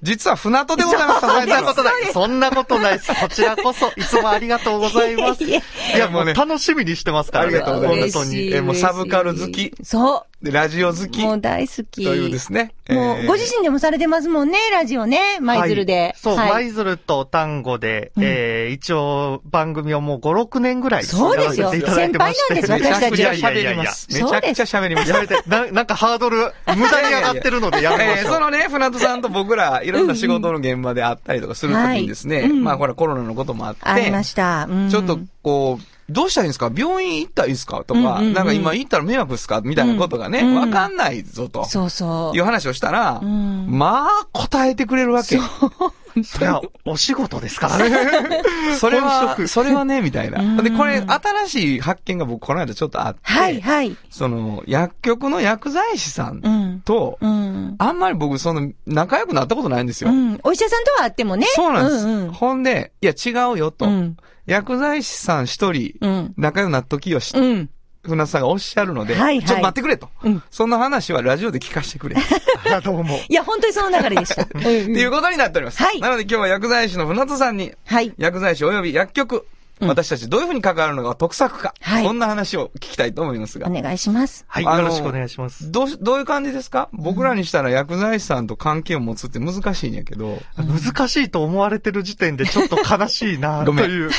[SPEAKER 2] 実は船戸でございます、支
[SPEAKER 6] そ
[SPEAKER 2] え
[SPEAKER 6] ん
[SPEAKER 2] て
[SPEAKER 6] なこ
[SPEAKER 2] ます
[SPEAKER 6] とない。そんなことないです。こちらこそ、いつもありがとうございます。い
[SPEAKER 5] いえい
[SPEAKER 6] や、もう楽しみにしてますから、
[SPEAKER 2] ありがとうございます
[SPEAKER 6] 本当
[SPEAKER 5] 嬉し
[SPEAKER 6] に。
[SPEAKER 5] い
[SPEAKER 2] えもうサブカル好き。
[SPEAKER 5] そ
[SPEAKER 2] でラジオ好
[SPEAKER 5] う。
[SPEAKER 2] き
[SPEAKER 5] もう大好き。
[SPEAKER 2] というですね。
[SPEAKER 5] も
[SPEAKER 2] え
[SPEAKER 5] う、
[SPEAKER 2] ー
[SPEAKER 5] ご自身でもされてますもんね、ラジオね、舞鶴
[SPEAKER 6] は
[SPEAKER 5] で
[SPEAKER 6] い。そう、
[SPEAKER 5] はい
[SPEAKER 6] 舞鶴と丹後で、えー、一応、番組をもう5、6年ぐらい
[SPEAKER 5] そうですよ
[SPEAKER 6] やらせていただいてまして。
[SPEAKER 5] 先輩なんです私たち
[SPEAKER 2] めちゃくちゃ喋ります。めちゃくちゃ喋ります。
[SPEAKER 6] やめて、な、なんかハードル、無駄に上がってるのでやめま
[SPEAKER 2] え
[SPEAKER 6] し
[SPEAKER 2] ー
[SPEAKER 6] ょ。
[SPEAKER 2] そうのね、船戸さんと僕ら、いろんな仕事の現場で会ったりとかするときにですね、
[SPEAKER 5] はいうん
[SPEAKER 2] まあほらコロナのこともあって、
[SPEAKER 5] ありました。うん
[SPEAKER 2] ちょっとこう、どうしたらいいんですか病院行ったらいいですかとか、
[SPEAKER 5] うんうんうん
[SPEAKER 2] なんか今行ったら迷惑ですかみたいなことがね、
[SPEAKER 5] うん
[SPEAKER 2] わ、かんないぞと。
[SPEAKER 5] そうそ
[SPEAKER 2] いう話をしたら、
[SPEAKER 5] ん
[SPEAKER 2] まあ、答えてくれるわけ。
[SPEAKER 6] それは、お仕事ですからね。
[SPEAKER 2] それは
[SPEAKER 6] 本、職
[SPEAKER 2] それはね、みたい
[SPEAKER 5] ん
[SPEAKER 2] な。で、これ、新しい発見が僕、この間ちょっとあって、
[SPEAKER 5] う。はい、はい。
[SPEAKER 2] その、薬局の薬剤師さ
[SPEAKER 5] うんん。
[SPEAKER 2] と、
[SPEAKER 5] うん。
[SPEAKER 2] あんまり僕、その、仲良くなったことないんです
[SPEAKER 5] う
[SPEAKER 2] よ。
[SPEAKER 5] ん。お医者さんとは会ってもね。
[SPEAKER 2] そうなんです、
[SPEAKER 5] うん
[SPEAKER 2] ほんで、いや、違うよと。
[SPEAKER 5] うん。
[SPEAKER 2] 薬剤師さん一人、
[SPEAKER 5] うん。
[SPEAKER 2] 仲良くなっときよし、
[SPEAKER 5] うん。
[SPEAKER 2] 船津さんがおっしゃるので、
[SPEAKER 5] はいはい
[SPEAKER 2] ちょっと待ってくれと、
[SPEAKER 5] うん
[SPEAKER 2] その話はラジオで聞かせてくれ。
[SPEAKER 6] あどうも。
[SPEAKER 5] いや、本当にその流れでし た。って
[SPEAKER 2] ってい
[SPEAKER 5] いう
[SPEAKER 2] ことになっております。
[SPEAKER 5] はい
[SPEAKER 2] なので今日は薬剤師の船戸さんに、
[SPEAKER 5] はい。
[SPEAKER 2] 薬剤師及び薬局、私たちどういうふうに関わるのが得策か、
[SPEAKER 5] はい
[SPEAKER 2] こんな話を聞きたいと思いますが
[SPEAKER 5] お。願いします。
[SPEAKER 6] はい、
[SPEAKER 2] あの
[SPEAKER 6] よろしくお願いします。
[SPEAKER 2] どうし、どういう感じですか僕らにしたら薬剤師さんと関係を持つって難しいんやけど、
[SPEAKER 6] 難しいと思われてる時点でちょっと悲しいな、
[SPEAKER 2] ご
[SPEAKER 6] と
[SPEAKER 2] めん
[SPEAKER 6] いう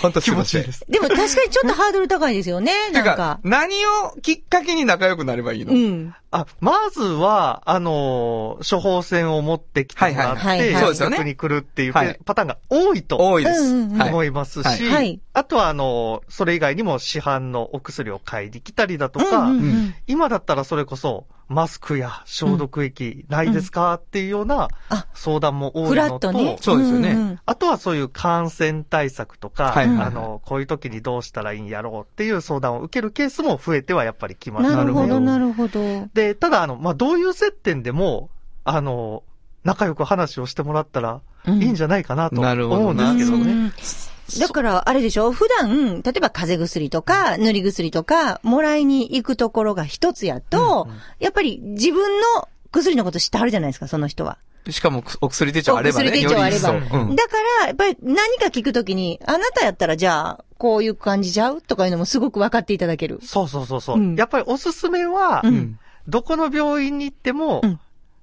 [SPEAKER 2] 本当
[SPEAKER 6] 気持ちいいです。
[SPEAKER 5] でも確かにちょっとハードル高いですよね、
[SPEAKER 2] て
[SPEAKER 5] なん
[SPEAKER 2] か
[SPEAKER 5] か、。
[SPEAKER 2] 何をきっかけに仲良くなればいいの、
[SPEAKER 5] うん。
[SPEAKER 6] あ、まずは、あのー、処方箋を持ってきてもらって、
[SPEAKER 5] はいはいはいはい
[SPEAKER 2] そうですよね
[SPEAKER 6] 薬に来るっていう
[SPEAKER 2] はい
[SPEAKER 6] パターンが多いと。
[SPEAKER 2] 多いです。
[SPEAKER 5] うんうんうん
[SPEAKER 2] はい
[SPEAKER 6] 思います
[SPEAKER 2] はい
[SPEAKER 6] し、
[SPEAKER 5] はい
[SPEAKER 6] あとは、あの、それ以外にも市販のお薬を買いに来たりだと
[SPEAKER 5] うん
[SPEAKER 6] か、
[SPEAKER 5] うん
[SPEAKER 2] う
[SPEAKER 5] う。
[SPEAKER 2] ん
[SPEAKER 6] 今だったらそれこそ、マスクや消毒液ないですか、っていうような
[SPEAKER 5] あ
[SPEAKER 6] 相談も多
[SPEAKER 5] フ
[SPEAKER 6] い
[SPEAKER 5] ラッ
[SPEAKER 6] の
[SPEAKER 5] ト
[SPEAKER 6] と、
[SPEAKER 5] ね。
[SPEAKER 2] そうですよね
[SPEAKER 5] んん
[SPEAKER 6] あとはそういう感染対策とか、
[SPEAKER 2] はいはいはい
[SPEAKER 6] あの、こういう時にどうしたらいいんやろうっていう相談を受けるケースも増えてはやっぱりきます
[SPEAKER 5] なるほど、な
[SPEAKER 6] る
[SPEAKER 5] るほど。
[SPEAKER 6] で、ただ、あの、まあ、どういう接点でも、あの、仲良く話をしてもらったらいいんじゃないかなと
[SPEAKER 2] なるほど
[SPEAKER 6] 思うんですけどね。
[SPEAKER 5] うんだから、あれでしょ普段、例えば風邪薬とか、塗り薬とか、もらいに行くところが一つやと、やっぱり自分の薬のこと知ってはるじゃないですか、その人は。
[SPEAKER 2] しかもお薬手帳あればね、
[SPEAKER 5] お薬手帳あれば
[SPEAKER 2] より一層うん
[SPEAKER 5] だから、やっぱり何か聞くときに、あなたやったらじゃあ、こういう感じちゃうとかいうのもすごく分かっていただける。
[SPEAKER 6] そうそうそうそう、
[SPEAKER 5] うん
[SPEAKER 6] やっぱりおすすめは、
[SPEAKER 5] うん
[SPEAKER 6] どこの病院に行っても、
[SPEAKER 5] うん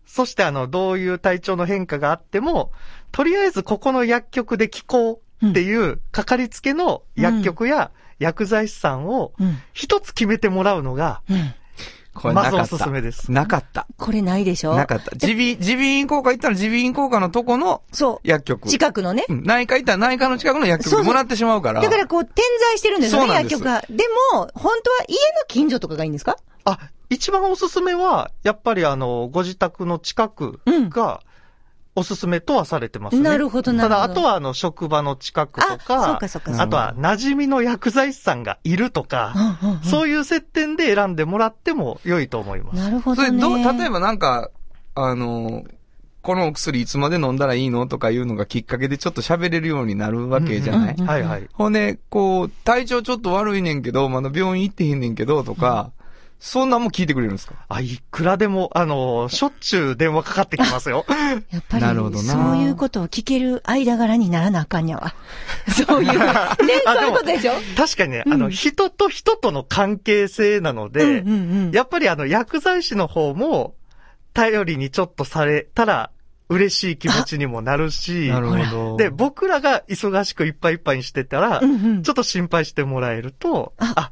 [SPEAKER 6] そしてあの、どういう体調の変化があっても、とりあえずここの薬局で聞こうっていう、かかりつけの薬局や薬剤師さんを
[SPEAKER 5] うん。
[SPEAKER 6] 一つ決めてもらうのが、
[SPEAKER 5] うん。
[SPEAKER 2] これなかった。
[SPEAKER 6] まずおすすめです
[SPEAKER 2] なかった。
[SPEAKER 5] これないでしょ
[SPEAKER 2] なかった。耳鼻、耳鼻咽喉科行ったら耳鼻咽喉科のとこの
[SPEAKER 5] そう。
[SPEAKER 2] 薬局。
[SPEAKER 5] 近くのね
[SPEAKER 2] う。ん内科行ったら内科の近くの薬
[SPEAKER 5] そ
[SPEAKER 2] 局
[SPEAKER 5] うそう
[SPEAKER 2] もらってしまうから。
[SPEAKER 5] だからこう、点在してるんですよ
[SPEAKER 2] そう
[SPEAKER 5] ね、
[SPEAKER 2] なん
[SPEAKER 5] 薬
[SPEAKER 2] です
[SPEAKER 5] 局が。でも、本当は家の近所とかがいいんですか
[SPEAKER 6] あ、一番おすすめは、やっぱりあの、ご自宅の近くが、おすすめとはされてますね。
[SPEAKER 5] なるほどなるほど
[SPEAKER 6] ただ、あとはあの、職場の近くと
[SPEAKER 5] あ
[SPEAKER 6] か、
[SPEAKER 5] そうかそうかそうか
[SPEAKER 6] あとは、馴染みの薬剤師さんがいるとか、
[SPEAKER 5] うんうん
[SPEAKER 6] そういう接点で選んでもらっても良いと思います。
[SPEAKER 5] なるほ
[SPEAKER 2] そ
[SPEAKER 5] ど
[SPEAKER 2] れ
[SPEAKER 5] ね。
[SPEAKER 2] どう、例えばなんか、あの、このお薬いつまで飲んだらいいのとかいうのがきっかけでちょっと喋れるようになるわけじゃない、
[SPEAKER 5] うん
[SPEAKER 6] はいはい。
[SPEAKER 2] ほんで、こう、体調ちょっと悪いねんけど、まだ病院行ってへんねんけど、とか、そんなんも聞いてくれるんですか
[SPEAKER 6] あ、いくらでも、あの、しょっちゅう電話かかってきます よ。
[SPEAKER 5] やっぱり
[SPEAKER 2] なるほ、どな
[SPEAKER 5] そういうことを聞ける間柄にならなあかんやわ。そういう。ね、そういうことでしょ
[SPEAKER 6] 確かにね、あ
[SPEAKER 5] う
[SPEAKER 6] の、
[SPEAKER 5] ん
[SPEAKER 6] 人と人との関係性なので、
[SPEAKER 5] うんうんうん
[SPEAKER 6] やっぱりあの、薬剤師の方も、頼りにちょっとされたら、嬉しい気持ちにもなるし、
[SPEAKER 2] ほ
[SPEAKER 6] で、僕らが忙しくいっぱいいっぱいにしてたら、
[SPEAKER 5] うんうん
[SPEAKER 6] ちょっと心配してもらえると、
[SPEAKER 5] あ
[SPEAKER 6] あ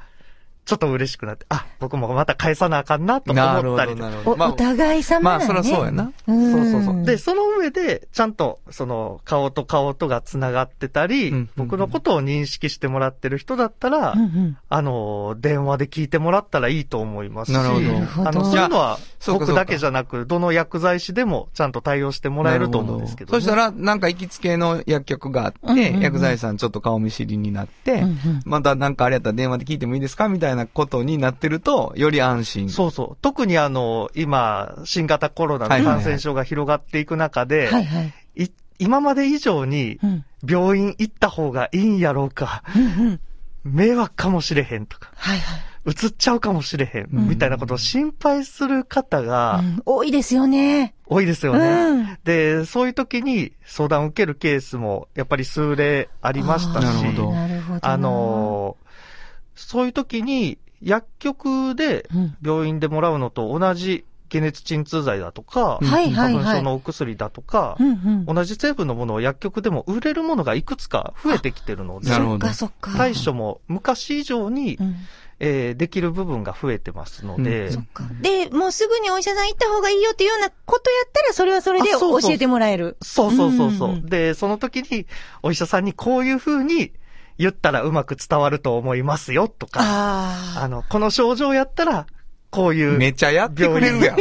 [SPEAKER 6] ちょっと嬉しくなって、あ、僕もまた返さなあかんなと
[SPEAKER 2] なるほ
[SPEAKER 6] 思った
[SPEAKER 2] ど、
[SPEAKER 6] りとか
[SPEAKER 2] なるほ
[SPEAKER 5] お、
[SPEAKER 2] ど。ま
[SPEAKER 5] お互い
[SPEAKER 2] ま
[SPEAKER 5] 様だ
[SPEAKER 2] あ、
[SPEAKER 5] ね。
[SPEAKER 2] そりゃそうやな。
[SPEAKER 5] うん。
[SPEAKER 6] そうそうそう。で、その上で、ちゃんと、その、顔と顔とが繋がってたり、
[SPEAKER 2] うん
[SPEAKER 6] 僕のことを認識してもらってる人だったら、
[SPEAKER 5] うんうん。
[SPEAKER 6] あの、電話で聞いてもらったらいいと思いますし、
[SPEAKER 2] なるほどなる
[SPEAKER 5] ほど
[SPEAKER 6] あの、そういうのは、
[SPEAKER 2] そうかそうか
[SPEAKER 6] 僕だけじゃなく、どの薬剤師でもちゃんと対応してもらえると思うんですけど、
[SPEAKER 2] そした
[SPEAKER 6] ら、
[SPEAKER 2] ら、なんか行きつけの薬局があって、
[SPEAKER 5] うんうんうん
[SPEAKER 2] 薬剤師さんちょっと顔見知りになって、
[SPEAKER 5] うんうん
[SPEAKER 2] またなんかあれやったら電話で聞いてもいいですかみたいなことになってると、より安心。
[SPEAKER 6] そうそう。特にあの、今、新型コロナ
[SPEAKER 2] はい
[SPEAKER 6] の
[SPEAKER 2] はいはい
[SPEAKER 6] 感染症が広がっていく中で、
[SPEAKER 5] はいはい。
[SPEAKER 6] い今まで以上に
[SPEAKER 5] う、ん。
[SPEAKER 6] 病院行った方がいいんやろうか、
[SPEAKER 5] うんうん。
[SPEAKER 6] 迷惑かもしれへんとか、
[SPEAKER 5] はいはい。
[SPEAKER 6] うつっちゃうかもしれへん、
[SPEAKER 2] うん
[SPEAKER 6] みたいなことを心配する方が
[SPEAKER 5] うん多いですよね。
[SPEAKER 6] 多いですよね。
[SPEAKER 5] うん
[SPEAKER 6] で、そういう時に相談を受けるケースもやっぱり数例ありましたし、
[SPEAKER 2] あーな
[SPEAKER 6] あ
[SPEAKER 2] るほど
[SPEAKER 5] なるほどな。
[SPEAKER 6] のーそういう時に薬局で
[SPEAKER 5] うん
[SPEAKER 6] 病院でもらうのと同じ解熱鎮痛剤だとか、
[SPEAKER 5] はいはい
[SPEAKER 6] 多分
[SPEAKER 5] はい
[SPEAKER 6] そ。のお薬だとか、
[SPEAKER 5] うんうん。
[SPEAKER 6] 同じ成分のものを薬局でも売れるものがいくつか増えてきてるので、
[SPEAKER 2] なるほど
[SPEAKER 5] そっかそっか。
[SPEAKER 6] 対処も昔以上に、
[SPEAKER 5] うん
[SPEAKER 6] えーできる部分が増えてますので、
[SPEAKER 2] うん
[SPEAKER 5] そっか。で、もうすぐにお医者さん行った方がいいよっていうようなことやったら、それはそれで
[SPEAKER 6] あ
[SPEAKER 5] 教
[SPEAKER 6] そうそう
[SPEAKER 5] えてもらえる。
[SPEAKER 6] そうそうそうそう、
[SPEAKER 5] うん
[SPEAKER 6] で、その時に、お医者さんにこういう風に言ったらうまく伝わると思いますよ、とか、あ
[SPEAKER 5] あ
[SPEAKER 6] の、この症状やったら、こういう。
[SPEAKER 2] めちゃやってくれるやん。
[SPEAKER 5] あ。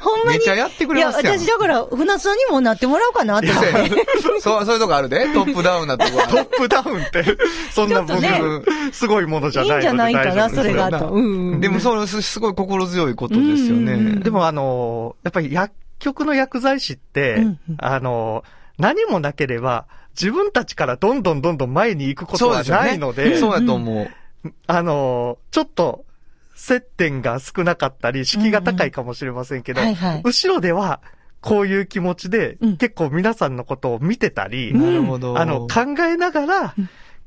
[SPEAKER 5] ほんま
[SPEAKER 2] め
[SPEAKER 5] に。
[SPEAKER 2] ちゃやってく
[SPEAKER 5] い
[SPEAKER 2] れ
[SPEAKER 5] や、
[SPEAKER 2] ますやん。
[SPEAKER 5] 私だから、船津さんにもなってもらおうかなって。
[SPEAKER 2] そう、そういうとこあるで。トップダウンなとこあ
[SPEAKER 6] トッ
[SPEAKER 2] る。
[SPEAKER 6] プダウンって、そんな僕、
[SPEAKER 5] ちょっ
[SPEAKER 6] すごいものじゃ
[SPEAKER 5] いいん
[SPEAKER 6] ないの
[SPEAKER 5] じ
[SPEAKER 6] で
[SPEAKER 5] ゃないかな、
[SPEAKER 6] 大丈
[SPEAKER 5] そ
[SPEAKER 6] 夫です
[SPEAKER 5] れが、
[SPEAKER 2] それ
[SPEAKER 5] と。
[SPEAKER 2] な
[SPEAKER 5] うんうん
[SPEAKER 2] でも、それすすごい心強いことですよね。
[SPEAKER 5] うんうんうん
[SPEAKER 6] でもあの、やっぱり薬局の薬剤師って、
[SPEAKER 5] うんうん
[SPEAKER 6] あの、何もなければ、自分たちからどんどんどんどん前に行くこと
[SPEAKER 2] そう
[SPEAKER 6] は
[SPEAKER 2] ですよね
[SPEAKER 6] ないので、
[SPEAKER 2] そうやと思う。
[SPEAKER 6] あの、ちょっと、接点が少なかったり、敷居が高いかもしれませんけど、
[SPEAKER 5] うんうんはいはい
[SPEAKER 6] 後ろでは、こういう気持ちで、
[SPEAKER 5] うん
[SPEAKER 6] 結構皆さんのことを見てたり、
[SPEAKER 2] なるほど。
[SPEAKER 6] あの、考えながら、今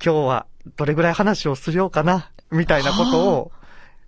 [SPEAKER 6] 日はどれぐらい話をするようかな、みたいなことを、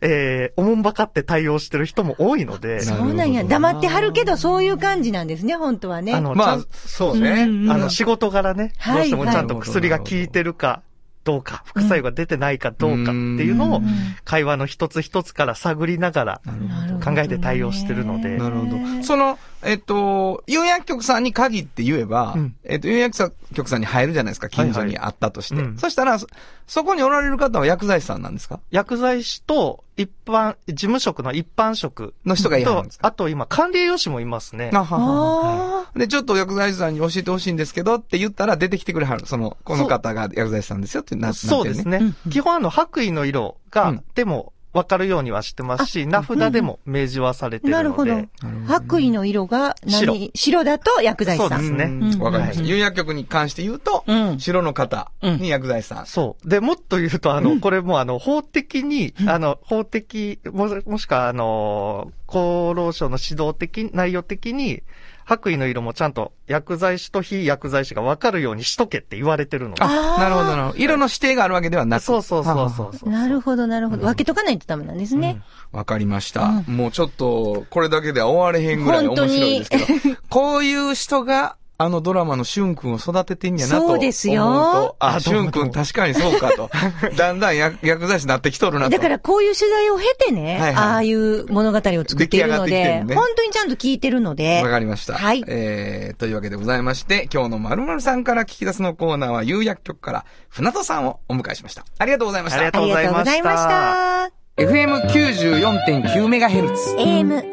[SPEAKER 6] えー、おもんばかって対応してる人も多いので、
[SPEAKER 5] そうなんや。
[SPEAKER 2] なるほどな
[SPEAKER 5] 黙ってはるけど、そういう感じなんですね、本当はね。
[SPEAKER 6] あの、
[SPEAKER 2] まあ
[SPEAKER 6] ち、
[SPEAKER 2] そうね。
[SPEAKER 5] うんうん
[SPEAKER 6] ゃんあの、仕事柄ね、
[SPEAKER 5] はい
[SPEAKER 6] どうしてもちゃんと
[SPEAKER 2] はい
[SPEAKER 6] 薬が効いてるかどうか、副作用が出てないかどうかっていうの
[SPEAKER 2] う
[SPEAKER 6] を、会話の一つ一つから探りながら、
[SPEAKER 2] なるほど
[SPEAKER 5] なるほど
[SPEAKER 6] 考えて対応してるので
[SPEAKER 2] なるほど。その、えっと、有薬局さんに限って言えば、
[SPEAKER 6] うん
[SPEAKER 2] えっと、有薬局さんに入るじゃないですか、近所にあったとして。
[SPEAKER 6] はいはいうん
[SPEAKER 2] そしたら、そそこにおられる方は薬剤師さんなんですか
[SPEAKER 6] 薬剤師と一般、事務職の一般職
[SPEAKER 2] の人がいはるん
[SPEAKER 6] と
[SPEAKER 2] です、か
[SPEAKER 6] あと今、管理栄養士もいますね。
[SPEAKER 2] あはは
[SPEAKER 5] あ
[SPEAKER 2] で、ちょっと薬剤師さんに教えてほしいんですけどって言ったら出てきてくれはる。その、この方が薬剤師さんですよってななってるね。
[SPEAKER 6] そうですね。基本あの、白衣の色が、
[SPEAKER 2] うん
[SPEAKER 6] でも、わかるようにはしてますし、名札でも明示はされて
[SPEAKER 5] あ。
[SPEAKER 6] るので。
[SPEAKER 5] なるほど。白衣の色が何、白だと薬剤師さ。
[SPEAKER 6] そうんですね
[SPEAKER 2] うんわかりまし
[SPEAKER 6] う
[SPEAKER 2] た。
[SPEAKER 6] ん
[SPEAKER 2] 有薬局に関して言うと、
[SPEAKER 5] うん
[SPEAKER 2] 白の方に薬剤師さん。
[SPEAKER 6] そう。で、もっと言うと、あの、これもあの、法的に、あの、法的、も、もしくはあの、厚労省の指導的、内容的に、白衣の色もちゃんと薬剤師と非薬剤師がわかるようにしとけって言われてるので。
[SPEAKER 2] あ
[SPEAKER 5] あー
[SPEAKER 2] なるほど、なるほど。色の指定があるわけではなく。
[SPEAKER 6] そうそうそうそうそう。
[SPEAKER 5] なるほど、なるほど。分けとかないとダメなんですね。
[SPEAKER 2] わかりま した。もうちょっと、これだけでは終われへんぐらい面白いですけど、こういう人があのドラマのしゅんくんを育ててんやなと思
[SPEAKER 5] そうう
[SPEAKER 2] と。
[SPEAKER 5] ですよ
[SPEAKER 2] あ、しゅんくん確かにそうか と。だんだん薬薬剤師になってきとるなと。
[SPEAKER 5] だからこういう取材を経てね、
[SPEAKER 2] はいはい
[SPEAKER 5] ああいう物語を作ってい
[SPEAKER 2] 出来
[SPEAKER 5] るの
[SPEAKER 2] 上がってきて
[SPEAKER 5] で、
[SPEAKER 2] るね
[SPEAKER 5] 本当にちゃんと聞いてるので。
[SPEAKER 2] わかりました。
[SPEAKER 5] はい
[SPEAKER 2] えー、というわけでございまして、今日のまるさんから聞き出すのコーナーは、有薬局から船戸さんをお迎えしました。ありがとうございまし
[SPEAKER 6] あり
[SPEAKER 2] た
[SPEAKER 6] が
[SPEAKER 5] あ。りがとうございました。
[SPEAKER 2] FM94.9MHz。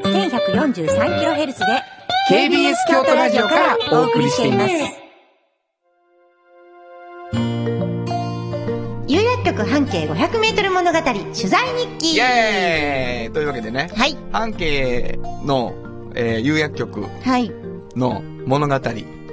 [SPEAKER 1] AM1143kHz で
[SPEAKER 2] KBS 京都ラジオからお送りしています。
[SPEAKER 5] 有薬局半径500メートル物語取材日記
[SPEAKER 2] イェーイというわけでね、
[SPEAKER 5] はい。
[SPEAKER 2] 半径の、えー、有薬局
[SPEAKER 5] はい。
[SPEAKER 2] の物語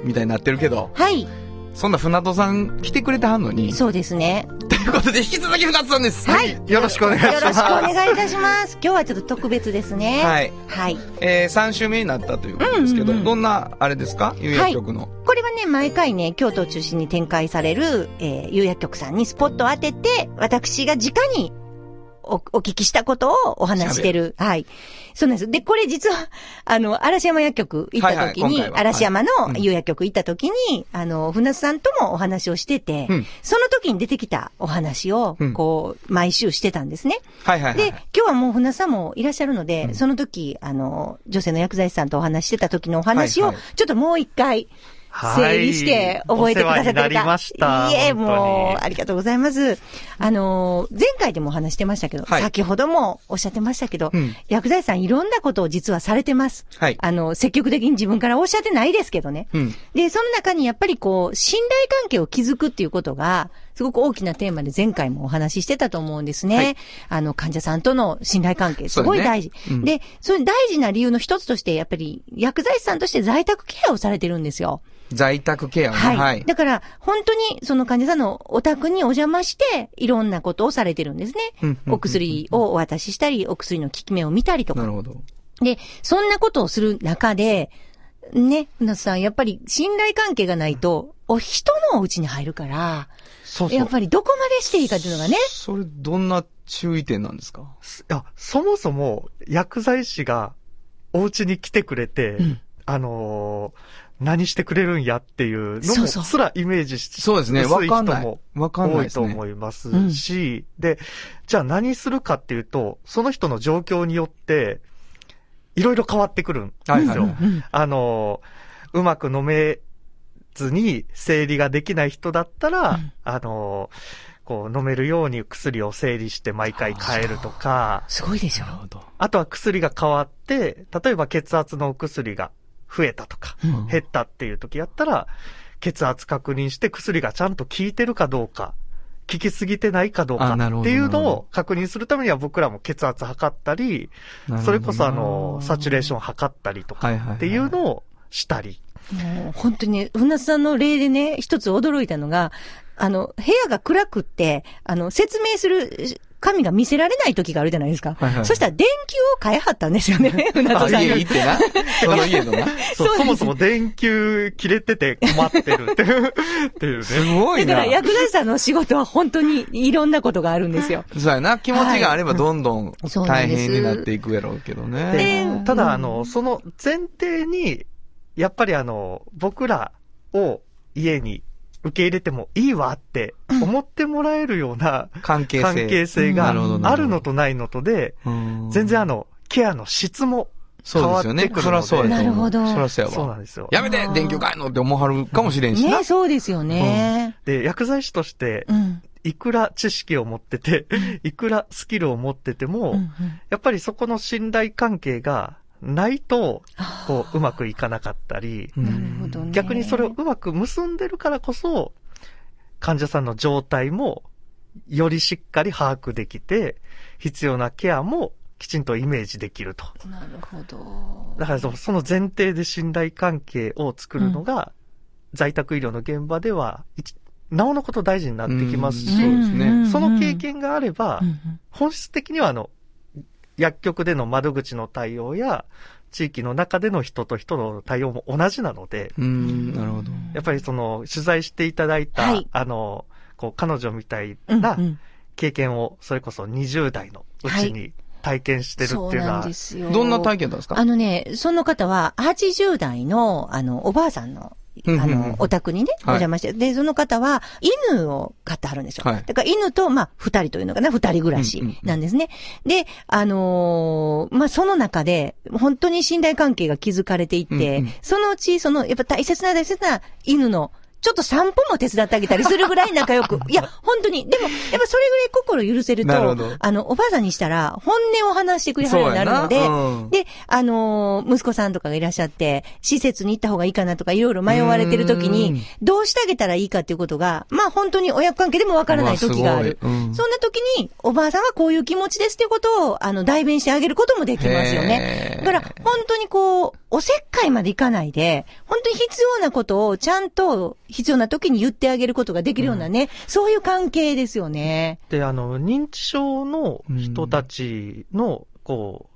[SPEAKER 2] みたいになってるけど、
[SPEAKER 5] はい。
[SPEAKER 2] そんな船戸さん来てくれてはんのに、
[SPEAKER 5] そうですね。
[SPEAKER 2] ということで引き続き船戸さんです。
[SPEAKER 5] はい。
[SPEAKER 6] よろしくお願いし
[SPEAKER 5] よろ
[SPEAKER 6] ま
[SPEAKER 5] しくお
[SPEAKER 6] す。
[SPEAKER 5] 願いいたします。 今日はちょっと特別ですね。。
[SPEAKER 2] はいい。
[SPEAKER 5] はい。
[SPEAKER 2] えー、3週目になったということですけど、どんな、あれですか有薬局の。
[SPEAKER 5] これはね、毎回ね、京都を中心に展開される、えー、有薬局さんにスポットを当てて、私が直にお、お聞きしたことをお話ししてる。はい。そうなんです。で、これ実は、あの、嵐山薬局行った時に、
[SPEAKER 2] はいはい今回は
[SPEAKER 5] 嵐山の
[SPEAKER 2] いうん
[SPEAKER 5] 有薬局行った時に、あの、船津さんともお話をしてて、
[SPEAKER 2] うん
[SPEAKER 5] その時に出てきたお話を
[SPEAKER 2] うん、
[SPEAKER 5] こう、毎週してたんですね。
[SPEAKER 2] はいはいは
[SPEAKER 5] で、
[SPEAKER 2] い
[SPEAKER 5] 今。日はもう船津さんもいらっしゃるので、その時、あの、女性の薬剤師さんとお話ししてた時のお話を、
[SPEAKER 2] はいはい
[SPEAKER 5] ちょっともう一回、
[SPEAKER 6] はい
[SPEAKER 5] 整理して覚えてくださってるか、
[SPEAKER 6] お世話になりました
[SPEAKER 5] いえ、
[SPEAKER 6] 本当に
[SPEAKER 5] もう、ありがとうございます。あの、前回でもお話してましたけど、
[SPEAKER 2] はい
[SPEAKER 5] 先ほどもおっしゃってましたけど、
[SPEAKER 2] うん
[SPEAKER 5] 薬剤師さんいろんなことを実はされてます。
[SPEAKER 2] はい
[SPEAKER 5] あの、積極的に自分からおっしゃってないですけどね。
[SPEAKER 2] うん
[SPEAKER 5] で、その中にやっぱりこう、信頼関係を築くっていうことが、すごく大きなテーマで前回もお話ししてたと思うんですね。
[SPEAKER 2] はい
[SPEAKER 5] あの、患者さんとの信頼関係、すごい大事。
[SPEAKER 2] そうだねうん
[SPEAKER 5] で、それ大事な理由の一つとして、やっぱり薬剤師さんとして在宅ケアをされてるんですよ。
[SPEAKER 2] 在宅ケアね。
[SPEAKER 5] はい。
[SPEAKER 2] はい。
[SPEAKER 5] だから、本当にその患者さんのお宅にお邪魔して、いろんなことをされてるんです
[SPEAKER 2] うんうん
[SPEAKER 5] ね
[SPEAKER 2] うん。うん
[SPEAKER 5] お薬をお渡ししたり、お薬の効き目を見たりとか
[SPEAKER 2] な。るほど。
[SPEAKER 5] で、そんなことをする中で、ね、船津さん、やっぱり信頼関係がないと、お人のお家に入るから、
[SPEAKER 6] そうそう
[SPEAKER 5] やっぱりどこまでしていいかっていうのがね、
[SPEAKER 2] それ、どんな注意点なんですか
[SPEAKER 6] いや、そもそも、薬剤師が、お家に来てくれて、あのー何してくれるんやっていうの
[SPEAKER 5] そう
[SPEAKER 6] も、
[SPEAKER 5] そう
[SPEAKER 6] すらイメージして、
[SPEAKER 2] そうですね。
[SPEAKER 6] 薄
[SPEAKER 2] わ
[SPEAKER 6] い
[SPEAKER 2] か
[SPEAKER 6] 人
[SPEAKER 2] んない
[SPEAKER 6] も。
[SPEAKER 2] わかんな
[SPEAKER 6] 多
[SPEAKER 2] い
[SPEAKER 6] い
[SPEAKER 2] です
[SPEAKER 6] と
[SPEAKER 2] ね。
[SPEAKER 6] 思いますし、で、じゃあ何するかっていうと、その人の状況によって、いろいろ変わってくるんですよ。
[SPEAKER 2] はいはいはい
[SPEAKER 6] あの、うまく飲めずに整理ができない人だったら、あの、こう飲めるように薬を整理して毎回変えるとか、
[SPEAKER 5] すごいでしょ。
[SPEAKER 2] なるほど。
[SPEAKER 6] あとは薬が変わって、例えば血圧のお薬が増えたとか、減ったっていう時やったら、血圧確認して薬がちゃんと効いてるかどうか、効きすぎてないかどうか
[SPEAKER 2] あなるほ
[SPEAKER 6] っ
[SPEAKER 2] ど
[SPEAKER 6] ていうの
[SPEAKER 2] なるほ
[SPEAKER 6] を確認するためには僕らも血圧測ったり、
[SPEAKER 2] なるほどな
[SPEAKER 6] それこそあの、サチュレーション測ったりとか
[SPEAKER 2] はいはいはい
[SPEAKER 6] っていうのをしたり。
[SPEAKER 5] もう本当にね、船津さんの例でね、一つ驚いたのが、あの、部屋が暗くって、あの、説明する紙が見せられない時があるじゃないですか。
[SPEAKER 2] はいはい
[SPEAKER 5] そしたら電球を変えはったんですよね、船津さ
[SPEAKER 2] あ
[SPEAKER 5] んが
[SPEAKER 2] 家。行ってな。その家の な。
[SPEAKER 6] そ
[SPEAKER 5] そ
[SPEAKER 6] う
[SPEAKER 5] うです
[SPEAKER 6] そもそも電球切れてて困ってるって いう、っていうね。
[SPEAKER 2] すごい
[SPEAKER 5] だか
[SPEAKER 2] な
[SPEAKER 5] ら。薬剤師さんの仕事は本当にいろんなことがあるんですよ。
[SPEAKER 2] そうやな。気持ちがあればどんどん
[SPEAKER 5] いそうな
[SPEAKER 2] 大
[SPEAKER 5] んです
[SPEAKER 2] 変になっていくやろうけど
[SPEAKER 6] で
[SPEAKER 2] ね。
[SPEAKER 6] ただ、あの、その前提に、やっぱりあの、僕らを家に受け入れてもいいわって思ってもらえるような
[SPEAKER 2] 関係性。
[SPEAKER 6] 関係性が
[SPEAKER 2] なるほどな
[SPEAKER 6] あ
[SPEAKER 2] ほ
[SPEAKER 6] る
[SPEAKER 2] ど
[SPEAKER 6] のとないのとで、
[SPEAKER 2] うん
[SPEAKER 6] 全然あの、ケアの質も変
[SPEAKER 2] そうで
[SPEAKER 6] わっ
[SPEAKER 2] すよ
[SPEAKER 6] て
[SPEAKER 2] ね
[SPEAKER 6] く。る
[SPEAKER 2] そら
[SPEAKER 6] の
[SPEAKER 2] そう
[SPEAKER 6] で。
[SPEAKER 2] やと思う
[SPEAKER 5] なるほど
[SPEAKER 2] そらそうや
[SPEAKER 6] そうな
[SPEAKER 2] わ
[SPEAKER 6] ん。ですよ。
[SPEAKER 2] やめて電球変えんのって思わはるかもしれんしな
[SPEAKER 5] ね、。そうですよね。
[SPEAKER 6] で、薬剤師として
[SPEAKER 5] う、ん。
[SPEAKER 6] いくら知識を持ってて、いくらスキルを持ってても、
[SPEAKER 5] うん
[SPEAKER 6] やっぱりそこの信頼関係がないと、こう、うまくいかなかったり、
[SPEAKER 2] うん
[SPEAKER 5] なるほどね。
[SPEAKER 6] 逆にそれをうまく結んでるからこそ、患者さんの状態も、よりしっかり把握できて、必要なケアもきちんとイメージできると。
[SPEAKER 5] なるほど。
[SPEAKER 6] だからそのその前提で信頼関係を作るのが、在宅医療の現場では、一なおのこと大事になってきます
[SPEAKER 2] う
[SPEAKER 6] し、
[SPEAKER 2] んそうですね
[SPEAKER 5] んん
[SPEAKER 6] その経験があれば、
[SPEAKER 5] うんうん
[SPEAKER 6] 本質的にはあの、薬局での窓口の対応や、地域の中での人と人の対応も同じなので、
[SPEAKER 2] うん、なるほど。
[SPEAKER 6] やっぱりその、取材していただいた、
[SPEAKER 5] はい
[SPEAKER 6] あの、こう、彼女みたい
[SPEAKER 5] うん
[SPEAKER 6] な
[SPEAKER 5] うん
[SPEAKER 6] 経験を、それこそ20代のうちに体験してるっていう
[SPEAKER 5] そう
[SPEAKER 6] のは、
[SPEAKER 5] なんですよ。
[SPEAKER 2] どんな体験だったんですか
[SPEAKER 5] あのね、その方は80代の、あの、おばあさんの
[SPEAKER 2] う
[SPEAKER 5] あ
[SPEAKER 2] んうんうん
[SPEAKER 5] の、お宅にね、お
[SPEAKER 2] はい
[SPEAKER 5] 邪魔して、で、その方は、犬を飼ってはるんですよ。
[SPEAKER 2] はい
[SPEAKER 5] だから犬と、まあ、二人というのかな、二人暮らし
[SPEAKER 2] うんうんうん
[SPEAKER 5] なんですね。で、あのーまあ、その中で、本当に信頼関係が築かれていって、
[SPEAKER 2] うんうん
[SPEAKER 5] そのうち、その、やっぱ大切な大切な犬の、ちょっと散歩も手伝ってあげたりするぐらい仲 良く。いや、本当に。でも、やっぱそれぐらい心許せる
[SPEAKER 2] なるほ
[SPEAKER 5] と
[SPEAKER 2] ど、
[SPEAKER 5] あの、おばあさんにしたら、本音を話してくれはるようになるので、
[SPEAKER 2] うん
[SPEAKER 5] で、あのー息子さんとかがいらっしゃって、施設に行った方がいいかなとか、いろいろ迷われてる時
[SPEAKER 2] うん
[SPEAKER 5] に、どうしてあげたらいいかっていうことが、まあ本当に親子関係でもわからない時がある。
[SPEAKER 2] うわすごいうん
[SPEAKER 5] そんな時に、おばあさんはこういう気持ちですっていうことを、あの、代弁してあげることもできますよね。
[SPEAKER 2] へー
[SPEAKER 5] だから、本当にこう、おせっかいまでいかないで、本当に必要なことをちゃんと必要な時に言ってあげることができるようなね、そういう関係ですよね。
[SPEAKER 6] で、あの、認知症の人たちの、こ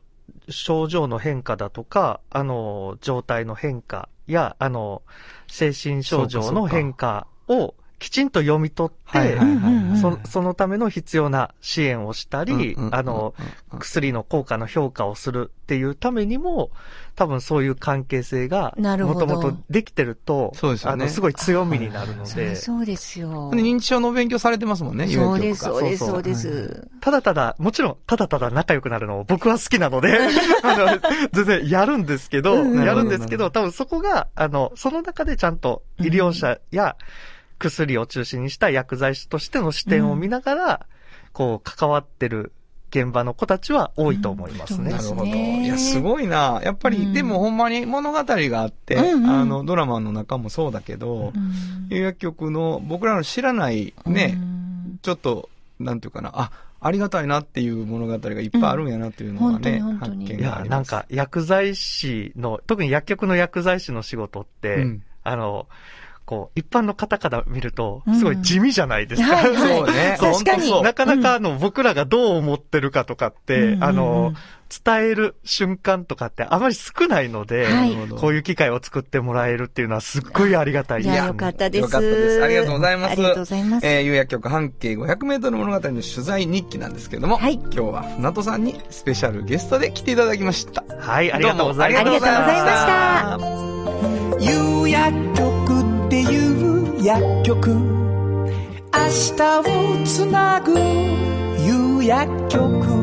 [SPEAKER 6] う、症状の変化だとか、あの、状態の変化や、あの、精神症状の変化をきちんと読み取って、
[SPEAKER 2] はいはいはい
[SPEAKER 6] そそのための必要な支援をしたり、
[SPEAKER 2] うんうんうん
[SPEAKER 6] あの、薬の効果の評価をするっていうためにも、多分そういう関係性が、
[SPEAKER 5] なるほ
[SPEAKER 6] も
[SPEAKER 5] ど
[SPEAKER 6] ともとできてると、
[SPEAKER 2] そうですよね
[SPEAKER 6] あの、すごい強みになるので、
[SPEAKER 5] そうですよ
[SPEAKER 2] で認知症のお勉強されてますもんね、
[SPEAKER 5] そうで
[SPEAKER 2] 有益
[SPEAKER 5] す、
[SPEAKER 2] 教科
[SPEAKER 5] そうです、
[SPEAKER 6] そうそう
[SPEAKER 5] そうです。
[SPEAKER 6] ただただ、もちろん、ただただ仲良くなるのを僕は好きな ので、あの、全然やるんですけど、
[SPEAKER 5] うん
[SPEAKER 6] やるんですけ
[SPEAKER 2] なるほど
[SPEAKER 6] ど、多分そこが、あの、その中でちゃんと医療者や薬を中心にした薬剤師としての視点を見ながら、こう、関わってる現場の子たちは多いと思います
[SPEAKER 5] うん
[SPEAKER 6] ね。
[SPEAKER 2] なるほど。
[SPEAKER 5] ですね
[SPEAKER 2] いや、すごいな。やっぱり、
[SPEAKER 5] うん
[SPEAKER 2] でもほんまに物語があって、
[SPEAKER 5] うんうん
[SPEAKER 2] あの、ドラマの中もそうだけど、有薬局の僕らの知らないね、
[SPEAKER 5] うん
[SPEAKER 2] ちょっと、なんていうかな、あ、ありがたいなっていう物語がいっぱいあるんやなっていうのがね、
[SPEAKER 5] うん本
[SPEAKER 2] 発
[SPEAKER 5] 当に本当
[SPEAKER 2] 見
[SPEAKER 5] に
[SPEAKER 6] い
[SPEAKER 2] があ
[SPEAKER 6] や、
[SPEAKER 2] り
[SPEAKER 6] な
[SPEAKER 2] ま
[SPEAKER 6] ん
[SPEAKER 2] す。
[SPEAKER 6] か、薬剤師の、特に薬局の薬剤師の仕事って、
[SPEAKER 2] うん
[SPEAKER 6] あの、こう、一般の方から見ると
[SPEAKER 5] うん、
[SPEAKER 6] すごい地味じゃないですか。
[SPEAKER 5] はい はい
[SPEAKER 2] そうね
[SPEAKER 5] 確か
[SPEAKER 2] ほ
[SPEAKER 5] に
[SPEAKER 2] んとそう
[SPEAKER 6] なかなかあの、僕らがどう思ってるかとかって、
[SPEAKER 5] うん
[SPEAKER 6] あ
[SPEAKER 5] うんう
[SPEAKER 6] の
[SPEAKER 5] ん、
[SPEAKER 6] 伝える瞬間とかってあまり少ないので、
[SPEAKER 5] はい
[SPEAKER 2] なるほど
[SPEAKER 6] こういう機会を作ってもらえるっていうのはすっごいありがたい
[SPEAKER 5] い
[SPEAKER 6] です、ね。
[SPEAKER 5] や、よかったです。
[SPEAKER 2] よかったです。ありがとうございます。
[SPEAKER 5] ありがとうございます。
[SPEAKER 2] えー、有薬局半径500メートル物語の取材日記なんですけども、
[SPEAKER 5] はい
[SPEAKER 2] 今日は船戸さんにスペシャルゲストで来ていただきました。
[SPEAKER 6] はい、ありがとうございます。
[SPEAKER 5] どうもありがとうございます
[SPEAKER 2] ありがとうございました。
[SPEAKER 4] 有薬局っていう薬局明日をつなぐ有薬局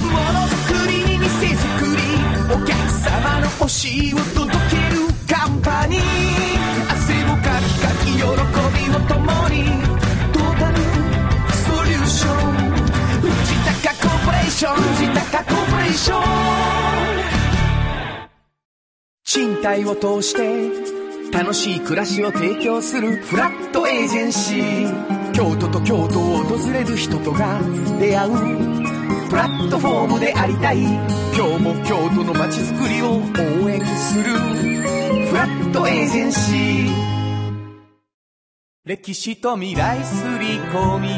[SPEAKER 4] ものづくりに店づくりお客様の欲しいを届けるカンパニー汗をかきかき喜びを共にトータルソリューション藤高コーポレーション藤高コーポレーション賃貸を通して楽しい暮らしを提供するフラットエージェンシー京都と京都を訪れる人とが出会うプラットフォームでありたい今日も京都の街づくりを応援するフラットエージェンシー歴史と未来すり込み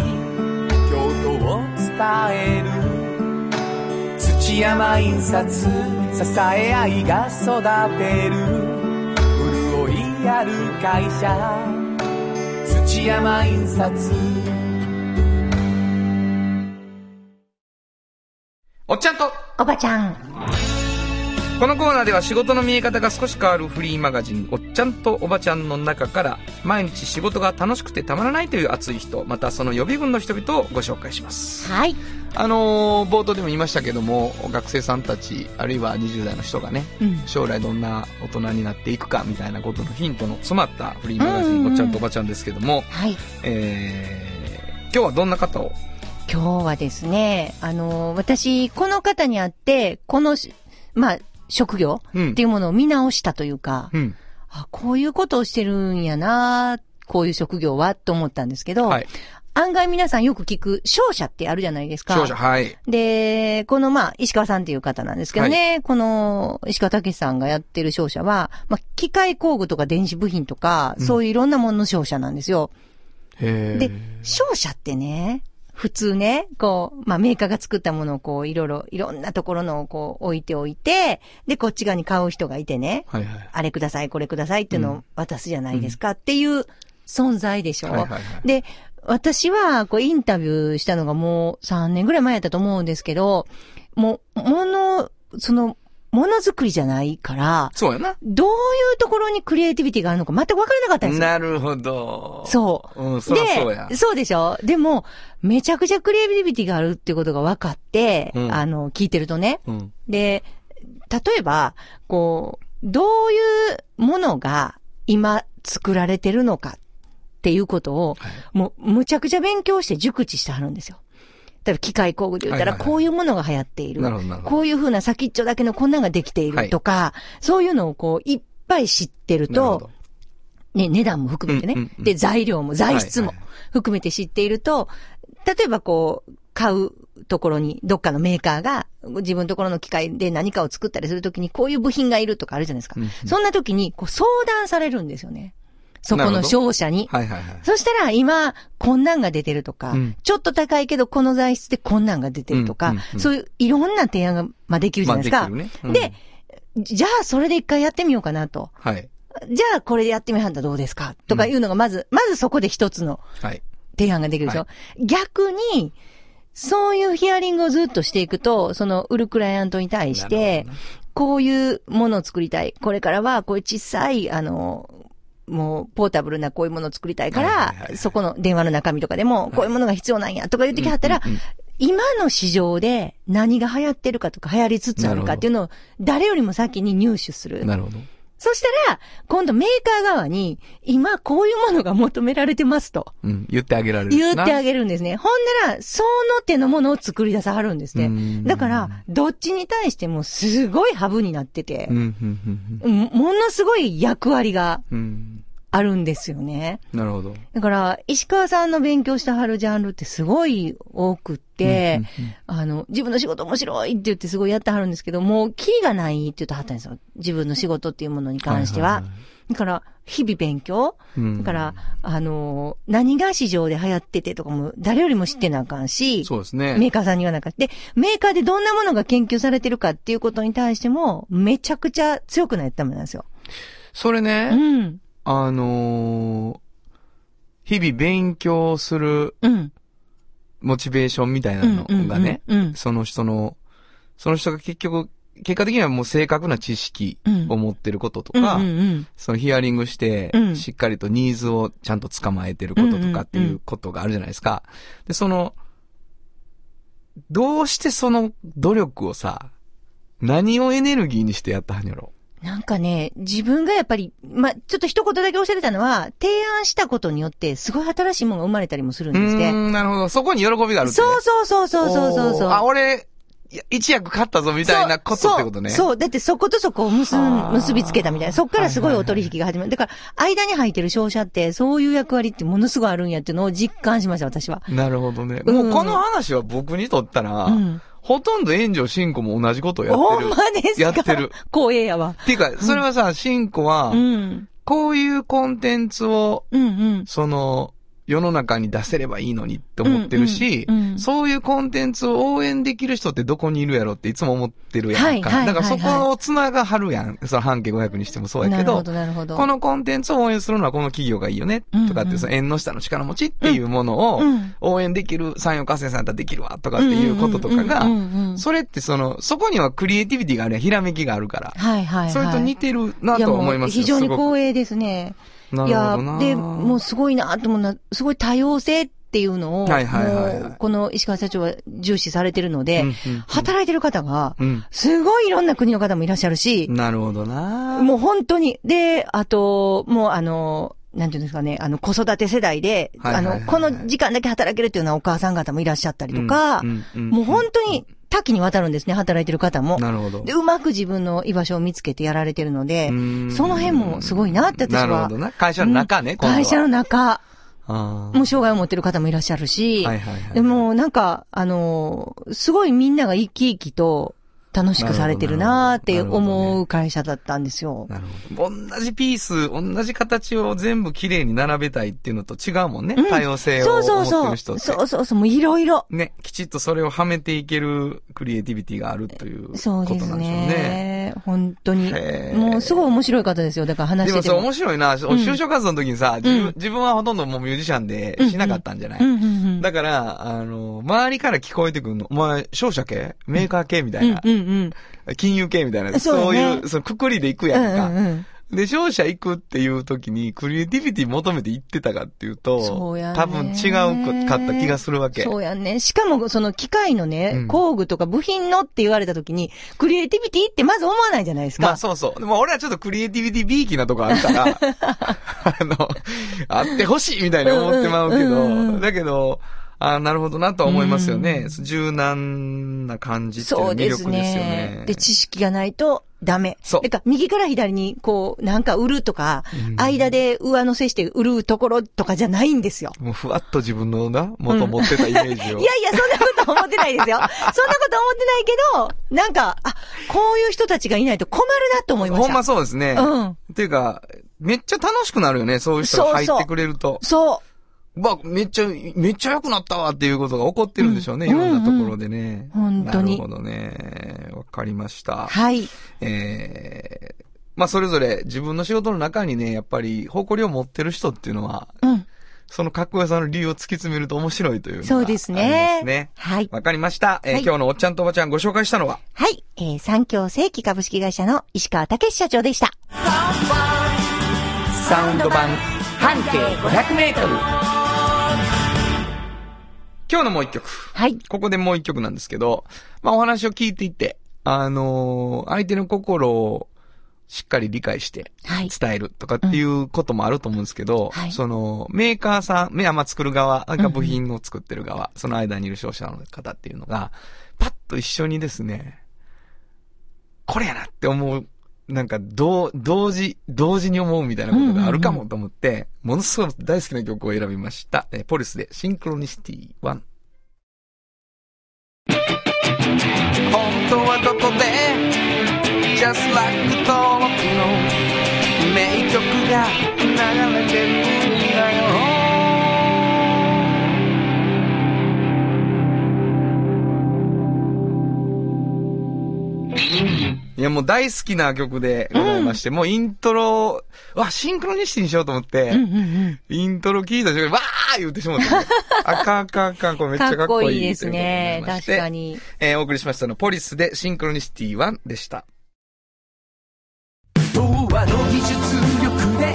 [SPEAKER 4] 京都を伝える土山印刷支え合いが育てる潤いある会社土山印刷
[SPEAKER 2] おっちゃんと
[SPEAKER 5] おばちゃん。
[SPEAKER 2] このコーナーでは仕事の見え方が少し変わるフリーマガジン「おっちゃんとおばちゃん」の中から毎日仕事が楽しくてたまらないという熱い人またその予備軍の人々をご紹介します
[SPEAKER 5] はい。
[SPEAKER 2] あのー冒頭でも言いましたけども学生さんたちあるいは20代の人がね
[SPEAKER 5] うん。
[SPEAKER 2] 将来どんな大人になっていくかみたいなことのヒントの詰まったフリーマガジン「
[SPEAKER 5] うんうんうん
[SPEAKER 2] おっちゃんとおばちゃん」ですけども、
[SPEAKER 5] はい。
[SPEAKER 2] えー、今日はどんな方を
[SPEAKER 5] 今日はですね、あのー私、この方に会って、このし、まあ、職業
[SPEAKER 2] うん
[SPEAKER 5] っていうものを見直したというか、
[SPEAKER 2] うん
[SPEAKER 5] あ、こういうことをしてるんやな、こういう職業は、と思ったんですけど、
[SPEAKER 2] はい
[SPEAKER 5] 案外皆さんよく聞く、商社ってあるじゃないですか。
[SPEAKER 2] 少女はい
[SPEAKER 5] で、このまあ、石川さんっていう方なんですけどね、この石川武さんがやってる商社は、まあ、機械工具とか電子部品とか、
[SPEAKER 2] うん
[SPEAKER 5] そういういろんなものの商社なんですよ。
[SPEAKER 2] へ
[SPEAKER 5] で、商社ってね、普通ね、こう、まあ、メーカーが作ったものをこう、いろいろ、いろんなところのをこう、置いておいて、で、こっち側に買う人がいてね、
[SPEAKER 2] はいはい
[SPEAKER 5] あれください、これくださいっていうの
[SPEAKER 2] う
[SPEAKER 5] を渡すじゃないですかっていう存在でしょ。
[SPEAKER 2] はいはいはい
[SPEAKER 5] で、私は、こう、インタビューしたのがもう3年ぐらい前だったと思うんですけど、もう、ものその、ものづくりじゃないから、
[SPEAKER 2] そうやな。
[SPEAKER 5] どういうところにクリエイティビティがあるのか全く分からなかったんですよ。
[SPEAKER 2] なるほど。。
[SPEAKER 5] そう
[SPEAKER 2] うん、そらそうや
[SPEAKER 5] で、。そうでしょでも、めちゃくちゃクリエイティビティがあるってことが分かって、
[SPEAKER 2] うん
[SPEAKER 5] あの、聞いてるとね。
[SPEAKER 2] うん。
[SPEAKER 5] で、例えば、こう、どういうものが今作られてるのかっていうことを、
[SPEAKER 2] はい
[SPEAKER 5] もう、むちゃくちゃ勉強して熟知してはるんですよ。例えば、機械工具で言ったら、
[SPEAKER 2] はいはいはい
[SPEAKER 5] こういうものが流行っている。
[SPEAKER 2] なるほど、なるほど。
[SPEAKER 5] こういうふうな先っちょだけのこんなんができてい
[SPEAKER 2] は
[SPEAKER 5] る
[SPEAKER 2] い
[SPEAKER 5] とか、そういうのをこう、いっぱい知ってる
[SPEAKER 2] なるほ
[SPEAKER 5] と
[SPEAKER 2] ど、
[SPEAKER 5] ね、値段も含めてね、
[SPEAKER 2] うんうんうん
[SPEAKER 5] で、材料も材質も
[SPEAKER 2] はいはい
[SPEAKER 5] 含めて知っていると、例えばこう、買うところに、どっかのメーカーが、自分のところの機械で何かを作ったりするときに、こういう部品がいるとかあるじゃないですか。
[SPEAKER 2] うんうん
[SPEAKER 5] そんなときに、こう、相談されるんですよね。そこ
[SPEAKER 2] なる
[SPEAKER 5] の
[SPEAKER 2] ほど
[SPEAKER 5] 商社に。
[SPEAKER 2] はいはいはい。
[SPEAKER 5] そしたら今、こんなんが出てるとか、
[SPEAKER 2] うん
[SPEAKER 5] ちょっと高いけどこの材質でこんなんが出てるとか、
[SPEAKER 2] うんうんうん
[SPEAKER 5] そういういろんな提案が、まあ、できるじゃないですか。
[SPEAKER 2] まあできるね。うん
[SPEAKER 5] で、じゃあそれで一回やってみようかなと。
[SPEAKER 2] はい。
[SPEAKER 5] じゃあこれでやってみはんだどうですかとかいうのがまず、まずそこで一つの
[SPEAKER 2] はい。
[SPEAKER 5] 提案ができるでしょ。逆に、そういうヒアリングをずっとしていくと、その売るクライアントに対して
[SPEAKER 2] なるほど、
[SPEAKER 5] こういうものを作りたい。これからは、こういう小さい、あの、もう、ポータブルなこういうものを作りたいか
[SPEAKER 2] はいは
[SPEAKER 5] ら
[SPEAKER 2] いはいは、い
[SPEAKER 5] そこの電話の中身とかでも、こういうものが必要なんや、とか言ってきはったら
[SPEAKER 2] うんうんうん、
[SPEAKER 5] 今の市場で何が流行ってるかとか流行りつつあるかっていうのを、誰よりも先に入手する。
[SPEAKER 2] なるほど。
[SPEAKER 5] そしたら、今度メーカー側に、今こういうものが求められてますと。
[SPEAKER 2] うん。言ってあげられるし
[SPEAKER 5] 言っ
[SPEAKER 2] な。
[SPEAKER 5] てあげるんですね。ほんなら、その手のものを作り出さはるんです
[SPEAKER 2] う
[SPEAKER 5] ね。
[SPEAKER 2] ん
[SPEAKER 5] だから、どっちに対してもすごいハブになってて
[SPEAKER 2] う、ん、うん、うん
[SPEAKER 5] もものすごい役割が
[SPEAKER 2] うん。うん。
[SPEAKER 5] あるんですよね。
[SPEAKER 2] なるほど。
[SPEAKER 5] だから、石川さんの勉強してはるジャンルってすごい多くって、あの、自分の仕事面白いって言ってすごいやってはるんですけど、もう、キリがないって言ってはったんですよ。自分の仕事っていうものに関しては。
[SPEAKER 2] はいはいは
[SPEAKER 5] だから、日々勉強
[SPEAKER 2] うん
[SPEAKER 5] だから、あの、何が市場で流行っててとかも、誰よりも知ってなあかんし、
[SPEAKER 2] そうですね。
[SPEAKER 5] メーカーさんにはなんかで、メーカーでどんなものが研究されてるかっていうことに対しても、めちゃくちゃ強くないとダメなんですよ。
[SPEAKER 2] それね、
[SPEAKER 5] うん。
[SPEAKER 2] あのー日々勉強する
[SPEAKER 5] うん。
[SPEAKER 2] モチベーションみたいなのがね
[SPEAKER 5] うんうんうんうん、
[SPEAKER 2] その人の、その人が結局、結果的にはもう正確な知識を持ってることと
[SPEAKER 5] うん。
[SPEAKER 2] か、
[SPEAKER 5] うん。
[SPEAKER 2] そのヒアリングして
[SPEAKER 5] う、ん
[SPEAKER 2] しっかりとニーズをちゃんと捕まえてることとかっていうことがあるじゃないですか。で、その、どうしてその努力をさ、何をエネルギーにしてやったんやろ
[SPEAKER 5] なんかね、自分がやっぱり、まあ、ちょっと一言だけ教えてたのは、提案したことによって、すごい新しいものが生まれたりもするん
[SPEAKER 2] う
[SPEAKER 5] ですって。
[SPEAKER 2] ーん、なるほど。そこに喜びがあるってね
[SPEAKER 5] そうそうそうそうそうそうそう。
[SPEAKER 2] おーあ、俺、いや一役勝ったぞみたいなことってことね。
[SPEAKER 5] そうそうそう。だってそことそこを結ん
[SPEAKER 2] はあ
[SPEAKER 5] 結びつけたみたいな。そっからすごいお取引が始まる。だから、間に入ってる商社って、そういう役割ってものすごいあるんやっていうのを実感しました、私は。
[SPEAKER 2] なるほどね。
[SPEAKER 5] うん
[SPEAKER 2] もうこの話は僕にとったら、
[SPEAKER 5] うん
[SPEAKER 2] ほとんど炎上進行も同じことをやっ
[SPEAKER 5] ほ
[SPEAKER 2] て
[SPEAKER 5] ん
[SPEAKER 2] る。
[SPEAKER 5] まですか
[SPEAKER 2] やってる。
[SPEAKER 5] 光栄やわ。
[SPEAKER 2] っていうか、それはさ、進行は
[SPEAKER 5] う、ん。
[SPEAKER 2] こういうコンテンツを、
[SPEAKER 5] うんうん。
[SPEAKER 2] その、世の中に出せればいいのにって思ってるし、
[SPEAKER 5] うんうんうん
[SPEAKER 2] そういうコンテンツを応援できる人ってどこにいるやろっていつも思ってるやんか。
[SPEAKER 5] はいはい
[SPEAKER 2] だから
[SPEAKER 5] はい
[SPEAKER 2] そ
[SPEAKER 5] はい
[SPEAKER 2] こを繋がはるやん。その半径500にしてもそうや
[SPEAKER 5] な
[SPEAKER 2] け
[SPEAKER 5] る
[SPEAKER 2] ど、
[SPEAKER 5] ほど、なるほど。
[SPEAKER 2] このコンテンツを応援するのはこの企業がいいよね、とかっ
[SPEAKER 5] うんうん
[SPEAKER 2] て、その縁の下の力持ちっていうものを
[SPEAKER 5] うんうん、
[SPEAKER 2] 応援できる、産業活性さんだったらできるわ、とかっていうこととかが
[SPEAKER 5] うんうんうんうんうん、
[SPEAKER 2] それってその、そこにはクリエイティビティがあるやんひらめきがあるから。
[SPEAKER 5] はいはいはい。
[SPEAKER 2] それと似てるなとは思いますよ
[SPEAKER 5] やもう非常に
[SPEAKER 2] すごく
[SPEAKER 5] 光栄ですね。
[SPEAKER 2] ないるほ
[SPEAKER 5] や
[SPEAKER 2] どな、
[SPEAKER 5] で、もうすごいなと思うのは、すごい多様性っていうのを、
[SPEAKER 2] はいはいはいはい
[SPEAKER 5] もうこの石川社長は重視されてるので、
[SPEAKER 2] うんうんうん
[SPEAKER 5] 働いてる方が、
[SPEAKER 2] うん
[SPEAKER 5] すごいいろんな国の方もいらっしゃるし、
[SPEAKER 2] なるほどな
[SPEAKER 5] もう本当に、で、あと、もうあの、なんていうんですかね、あの、子育て世代で、
[SPEAKER 2] はい
[SPEAKER 5] あ
[SPEAKER 2] はいはいはい
[SPEAKER 5] の、この時間だけ働けるっていうようなお母さん方もいらっしゃったりとか、
[SPEAKER 2] うんうんうん
[SPEAKER 5] もう本当に多岐にわたるんですね、働いてる方も。
[SPEAKER 2] なるほど
[SPEAKER 5] で、。うまく自分の居場所を見つけてやられてるので
[SPEAKER 2] うー、ん
[SPEAKER 5] その辺もすごいなって私は。
[SPEAKER 2] なるほどな。会社の中ね、
[SPEAKER 5] うん
[SPEAKER 2] 今度は
[SPEAKER 5] 会社の中、
[SPEAKER 2] あー
[SPEAKER 5] もう障害を持ってる方もいらっしゃるし、
[SPEAKER 2] はいはいはい
[SPEAKER 5] でもなんか、あのー、すごいみんなが生き生きと楽しくされてるなーって
[SPEAKER 2] なるほどなるほど
[SPEAKER 5] 思う
[SPEAKER 2] ね
[SPEAKER 5] 会社だったんですよ。
[SPEAKER 2] なるほど。同じピース、同じ形を全部綺麗に並べたいっていうのと違うもんね。
[SPEAKER 5] うん
[SPEAKER 2] 多様性を
[SPEAKER 5] そ
[SPEAKER 2] 持
[SPEAKER 5] う
[SPEAKER 2] っ
[SPEAKER 5] そうそ
[SPEAKER 2] て
[SPEAKER 5] う。
[SPEAKER 2] る人って。
[SPEAKER 5] そうそうそう、もういろいろ。
[SPEAKER 2] ね、きちっとそれをはめていけるクリエイティビティがあるということ
[SPEAKER 5] そ
[SPEAKER 2] な
[SPEAKER 5] うん
[SPEAKER 2] で
[SPEAKER 5] で
[SPEAKER 2] しょ
[SPEAKER 5] す
[SPEAKER 2] う
[SPEAKER 5] ね。
[SPEAKER 2] ね。
[SPEAKER 5] ね、本当に
[SPEAKER 2] へ。ー
[SPEAKER 5] もうすごい面白い方ですよ。だから話
[SPEAKER 2] で
[SPEAKER 5] して
[SPEAKER 2] も
[SPEAKER 5] て
[SPEAKER 2] それ
[SPEAKER 5] も。
[SPEAKER 2] 面白いな。就職活動の時にさ、自
[SPEAKER 5] うん
[SPEAKER 2] 分自分はほとんどもうミュージシャンでしなかったんじゃない、
[SPEAKER 5] うんうんうん。
[SPEAKER 2] だから、あの、周りから聞こえてくるの。お前、商社系メーカー系みた
[SPEAKER 5] う
[SPEAKER 2] い
[SPEAKER 5] ん
[SPEAKER 2] な。
[SPEAKER 5] うん
[SPEAKER 2] 金融系みたいな。
[SPEAKER 5] そ
[SPEAKER 2] そうう
[SPEAKER 5] ね
[SPEAKER 2] いう、そのくくりで行く
[SPEAKER 5] うん。う
[SPEAKER 2] やんか。
[SPEAKER 5] んうんうん。
[SPEAKER 2] で、商社行くっていう時に、クリエイティビティ求めて行ってたかっていうと、
[SPEAKER 5] そうやね
[SPEAKER 2] 多分違うかった気がするわけ。
[SPEAKER 5] そうやんね。しかも、その機械のね、
[SPEAKER 2] うん
[SPEAKER 5] 工具とか部品のって言われた時に、クリエイティビティってまず思わないじゃないですか。
[SPEAKER 2] まあそうそう。でも俺はちょっとクリエイティビティビーキなとこある から、あの、あってほしいみたいに思ってまうけど、
[SPEAKER 5] うんうんうん
[SPEAKER 2] だけど、あなるほどなとは思いますよね。柔軟な感じっていうの
[SPEAKER 5] そ
[SPEAKER 2] は
[SPEAKER 5] う
[SPEAKER 2] 魅
[SPEAKER 5] です
[SPEAKER 2] 力ですよね。
[SPEAKER 5] ね。で、知識がないとダメ。
[SPEAKER 2] そう
[SPEAKER 5] だから、右から左に、こう、なんか売るとか、間で上乗せして売るところとかじゃないんですよ。
[SPEAKER 2] もうふわっと自分のな、元持ってたイメージを。
[SPEAKER 5] いやいや、そん なこと思ってないで すよ。そんなこと思ってないけど、なんか、あ、こういう人たちがいないと困るなと思いまし
[SPEAKER 2] ほん
[SPEAKER 5] た。
[SPEAKER 2] まそうですね。
[SPEAKER 5] うん
[SPEAKER 2] っていうか、めっちゃ楽しくなるよね、そういう人が入ってくれると。
[SPEAKER 5] そう。
[SPEAKER 2] まあ、めっちゃ、めっちゃ良くなったわっていうことが起こってるんでしょうね、
[SPEAKER 5] うん
[SPEAKER 2] いろんなところでね。
[SPEAKER 5] うんうん本当に
[SPEAKER 2] なるほどね。わかりました。
[SPEAKER 5] はい。
[SPEAKER 2] えー、まあそれぞれ自分の仕事の中にね、やっぱり誇りを持ってる人っていうのは、
[SPEAKER 5] うん。
[SPEAKER 2] そのかっこよさの理由を突き詰めると面白いというのが
[SPEAKER 5] そうですね
[SPEAKER 2] ありますね。
[SPEAKER 5] はい。
[SPEAKER 2] わかりました。えー
[SPEAKER 5] はい
[SPEAKER 2] 今日のおっちゃんとおばちゃんご紹介したのは、
[SPEAKER 5] はい。えー、三共正規株式会社の石川武史社長でした。
[SPEAKER 2] サウンド版半径500メートル。今日のもう一曲。
[SPEAKER 5] はい。
[SPEAKER 2] ここでもう一曲なんですけど、まあお話を聞いていて、あのー相手の心をしっかり理解して
[SPEAKER 5] はい
[SPEAKER 2] 伝えるとかっていうこともあると思うんですけど、
[SPEAKER 5] はい
[SPEAKER 2] そのメーカーさん、目まあ作る側が部品を作ってる側、その間にいる商社の方っていうのが、パッと一緒にですね、これやなって思う、なんか、同、同時、同時に思うみたいなことがあるかもと思って、ものすごく大好きな曲を選びました。えーポリスでシンクロニシティ1。本当はどこで Just like 登録の名曲が流れてるんだよいや、もう大好きな曲でございまして、もうイントロ、わ、シンクロニシティにしようと思って、
[SPEAKER 5] うんうんうん。
[SPEAKER 2] イントロ聞いた瞬間に、わー言ってしまっ た。あかんあかんあかん、これめっちゃ
[SPEAKER 5] か
[SPEAKER 2] か
[SPEAKER 5] っ
[SPEAKER 2] っ
[SPEAKER 5] こ
[SPEAKER 2] こいい
[SPEAKER 5] いいですね。
[SPEAKER 2] ということでございまし
[SPEAKER 5] 確
[SPEAKER 2] て
[SPEAKER 5] か。に。
[SPEAKER 2] えーお送りしましたのはポリスでシンクロニシティ1でした。
[SPEAKER 4] 童話の技術力で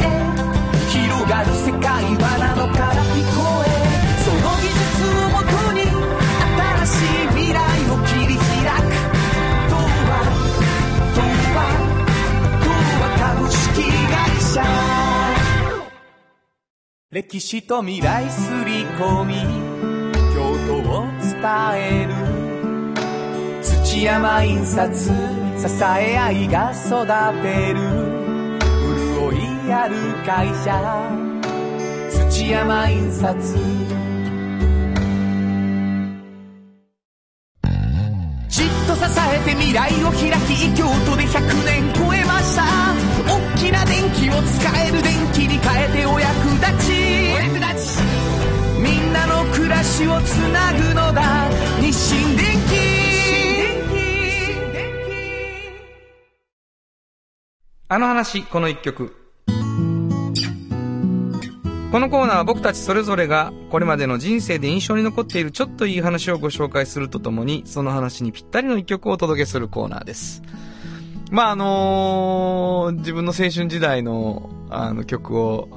[SPEAKER 4] 広がる世界はなのから聞こえその技術をもとに新しい未来を切り開く童話童話童話株式会社歴史と未来すり込み京都を伝える土山印刷支え合いが育てる潤いある会社土山印刷じっと支えて未来を開き京都で100年超えました大きな電気を使える電気に変えてお役立ちお役立ちみんなの暮らしをつなぐのだ日清電機
[SPEAKER 2] あの話、この一曲。このコーナーは僕たちそれぞれがこれまでの人生で印象に残っているちょっといい話をご紹介するとともに、その話にぴったりの一曲をお届けするコーナーです。まあ、あのー自分の青春時代の、あの曲を、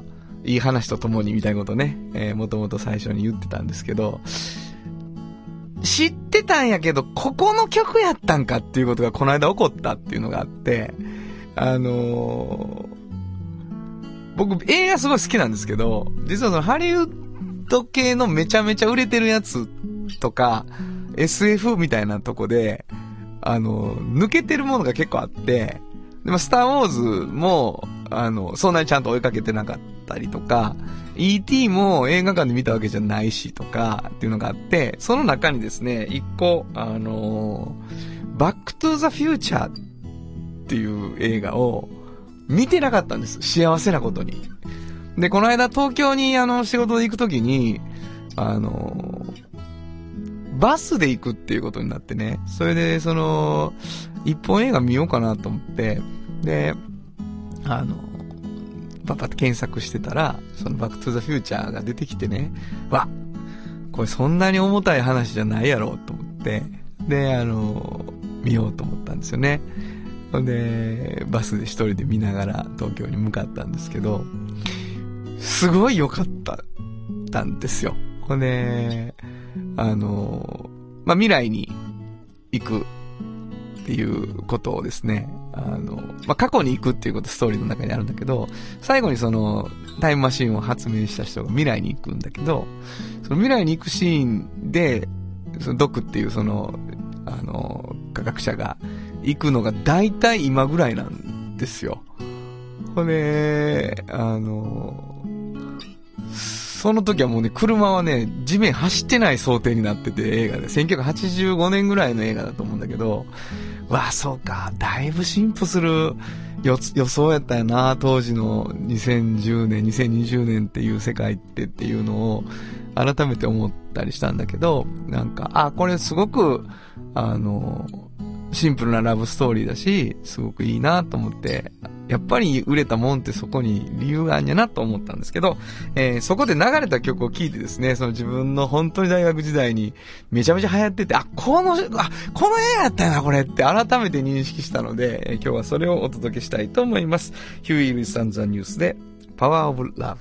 [SPEAKER 2] いい話とともにみたいなことね、えー、もともと最初に言ってたんですけど、知ってたんやけど、ここの曲やったんかっていうことがこの間起こったっていうのがあって、あのー僕映画すごい好きなんですけど、実はそのハリウッド系のめちゃめちゃ売れてるやつとか、SF みたいなとこで、あのー抜けてるものが結構あって、でも、スター・ウォーズも、あの、そんなにちゃんと追いかけてなかったりとか、E.T. も映画館で見たわけじゃないしとか、っていうのがあって、その中にですね、一個、あのーバック・トゥ・ザ・フューチャーっていう映画を見てなかったんです。幸せなことに。で、この間東京にあの仕事で行くときに、あの、バスで行くっていうことになってね。それで、その、一本映画見ようかなと思って、で、あの、パパって検索してたら、そのバックトゥザフューチャーが出てきてね、わこれそんなに重たい話じゃないやろと思って、で、あの、見ようと思ったんですよね。ほんで、バスで一人で見ながら東京に向かったんですけど、すごい良かった、たんですよ。ほんで、あの、まあ、未来に行くっていうことをですね、あの、まあ、過去に行くっていうことストーリーの中にあるんだけど、最後にその、タイムマシンを発明した人が未来に行くんだけど、その未来に行くシーンで、そのドクっていうその、あの、科学者が行くのが大体今ぐらいなんですよ。ほれ、あの、その時はもうね、車はね、地面走ってない想定になってて、映画で。1985年ぐらいの映画だと思うんだけど、わあ、そうか、だいぶ進歩する予予想やったよな、当時の2010年、2020年っていう世界ってっていうのを改めて思ったりしたんだけど、なんか、あ、これすごく、あの、シンプルなラブストーリーだし、すごくいいなと思って、やっぱり売れたもんってそこに理由があんやなと思ったんですけど、えーそこで流れた曲を聴いてですね、その自分の本当に大学時代にめちゃめちゃ流行ってて、あ、この、あ、この映画だったよな、これって改めて認識したので、えー今日はそれをお届けしたいと思います。ヒューイ・ルイス・アンザ・ニュースで、パワー・オブ・ラブ。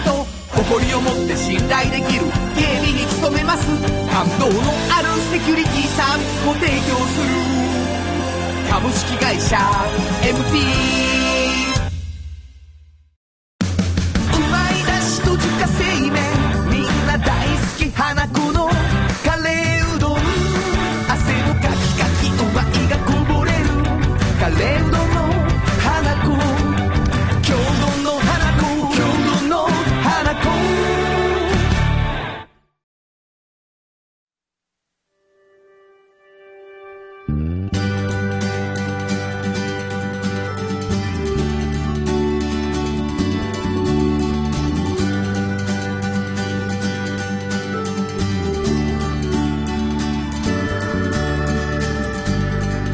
[SPEAKER 4] と誇りを持って信頼できる警備に努めます感動のあるセキュリティサービスを提供する株式会社 MT うまいだしと自家製麺みんな大好き花子のカレーうどん汗をかきかきうまいがこぼれるカレーうどんの花子郷土の花子郷土の花子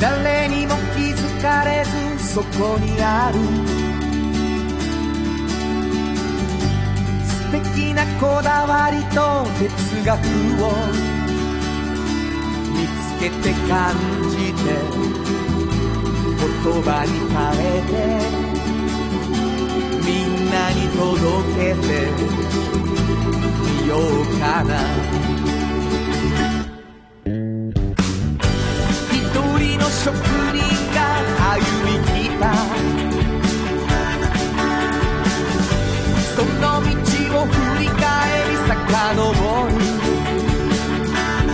[SPEAKER 4] 誰にも気づかれずそこにある素敵なこだわりと哲学を見つけて感じて言葉に変えてみんなに届けてみようかな一人の職人が歩み来たその道を振り返り遡る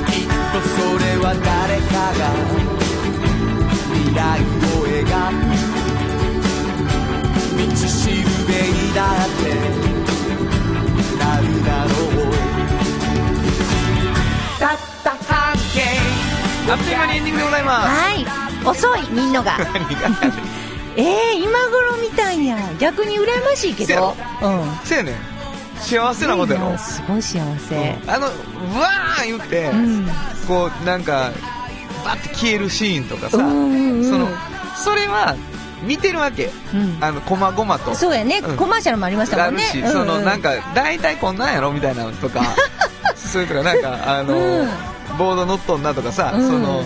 [SPEAKER 4] きっとそれは誰かが未来を描く道しるべにだってなるだろうたった半径
[SPEAKER 2] あっという間にエンディングでござい ます。
[SPEAKER 5] はい。遅い、みんな が。ええ今頃みたいや。逆に羨ましいけ
[SPEAKER 2] せやろ
[SPEAKER 5] ど。うん。
[SPEAKER 2] せやねん。幸せなことやろ。
[SPEAKER 5] すごい幸せ。
[SPEAKER 2] あの、うわー言って、
[SPEAKER 5] うん。
[SPEAKER 2] こうなんかバッて消えるシーンとかさ、
[SPEAKER 5] うんうんうん
[SPEAKER 2] そのそれは見てるわけ。
[SPEAKER 5] うん
[SPEAKER 2] あの、こまごまと。
[SPEAKER 5] そうやね、
[SPEAKER 2] うん
[SPEAKER 5] コマーシャルもありました
[SPEAKER 2] あ
[SPEAKER 5] もん
[SPEAKER 2] る
[SPEAKER 5] ね。
[SPEAKER 2] し、
[SPEAKER 5] うんうん
[SPEAKER 2] そのなんか、大体こんなんやろみたいなの とか、そういうとか、なんか、あの、
[SPEAKER 5] うん
[SPEAKER 2] ボード乗っとんなとかさ、
[SPEAKER 5] うん
[SPEAKER 2] その、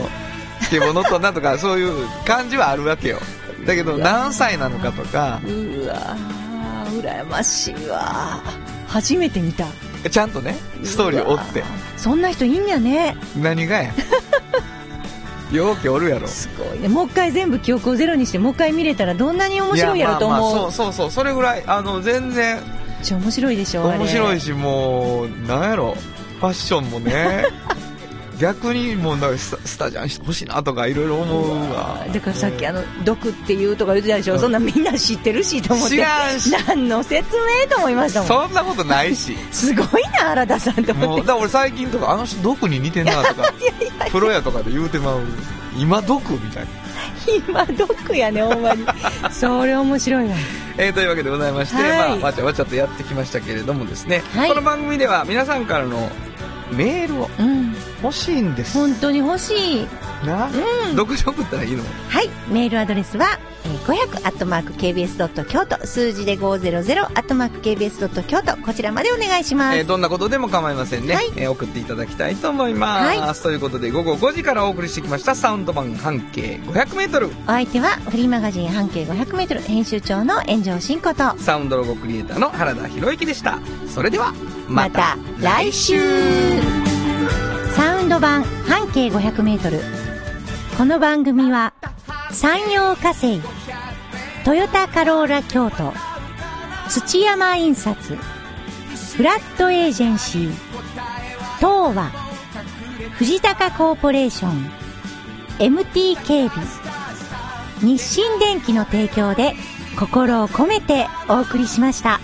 [SPEAKER 2] スケボー乗っとんなと か、そういう感じはあるわけよ。だけど、何歳なのかとか、
[SPEAKER 5] うわー、羨ましいわー。初めて見た。
[SPEAKER 2] ちゃんとね、ストーリーを追って
[SPEAKER 5] うわ、ーそんな人いいんやね。
[SPEAKER 2] 何が や。ようけおるやろ。
[SPEAKER 5] すごいね。もう一回全部記憶をゼロにして、もう一回見れたらどんなに面白いやろと
[SPEAKER 2] い
[SPEAKER 5] 思う。
[SPEAKER 2] まあまあそうそうそう、それぐらい、あの、全然、
[SPEAKER 5] めっちゃ面白いでしょ、あれ
[SPEAKER 2] 面白いしもうなんやろファッションも ね逆にもうなんかスタスタジャンしてほしいなとかいろいろ思うわ
[SPEAKER 5] だからさっきあの「毒って言う」とか言ってたでしょ、そんなみんな知ってるしと思って
[SPEAKER 2] 知らんし
[SPEAKER 5] 何の説明と思いましたもん
[SPEAKER 2] そんなことない し
[SPEAKER 5] すごいな原田さんと
[SPEAKER 2] も
[SPEAKER 5] 思
[SPEAKER 2] う
[SPEAKER 5] って
[SPEAKER 2] だから俺最近とかあの人毒に似てんなとかプロやとかで言うてまう今毒みたいな、
[SPEAKER 5] 今毒やねほんま にそれ面白いわ
[SPEAKER 2] えーというわけでございまして、
[SPEAKER 5] はい
[SPEAKER 2] まあ、わちゃわちゃとやってきましたけれどもですね、
[SPEAKER 5] はい
[SPEAKER 2] この番組では皆さんからのメールを
[SPEAKER 5] うん
[SPEAKER 2] 欲しいんです
[SPEAKER 5] 本当に欲しい
[SPEAKER 2] な、どこで送ったらいいの
[SPEAKER 5] はいメールアドレスはえー500アットマーク KBS ドット京都数字で500アットマーク KBS ドット京都こちらまでお願いします、
[SPEAKER 2] えーどんなことでも構いませんね、
[SPEAKER 5] はい
[SPEAKER 2] えー送っていただきたいと思います、
[SPEAKER 5] は
[SPEAKER 2] ということで午後5時からお送りしてきましたサウンド版半径 500m
[SPEAKER 5] お相手はフリーマガジン半径 500m 編集長の炎上真子と
[SPEAKER 2] サウンドロゴクリエイターの原田博之でしたそれでは
[SPEAKER 5] また来週
[SPEAKER 3] サウンド版半径 500m この番組は山陽火星トヨタカローラ京都土山印刷フラットエージェンシー東和藤高コーポレーション MT 警備日清電機の提供で心を込めてお送りしました。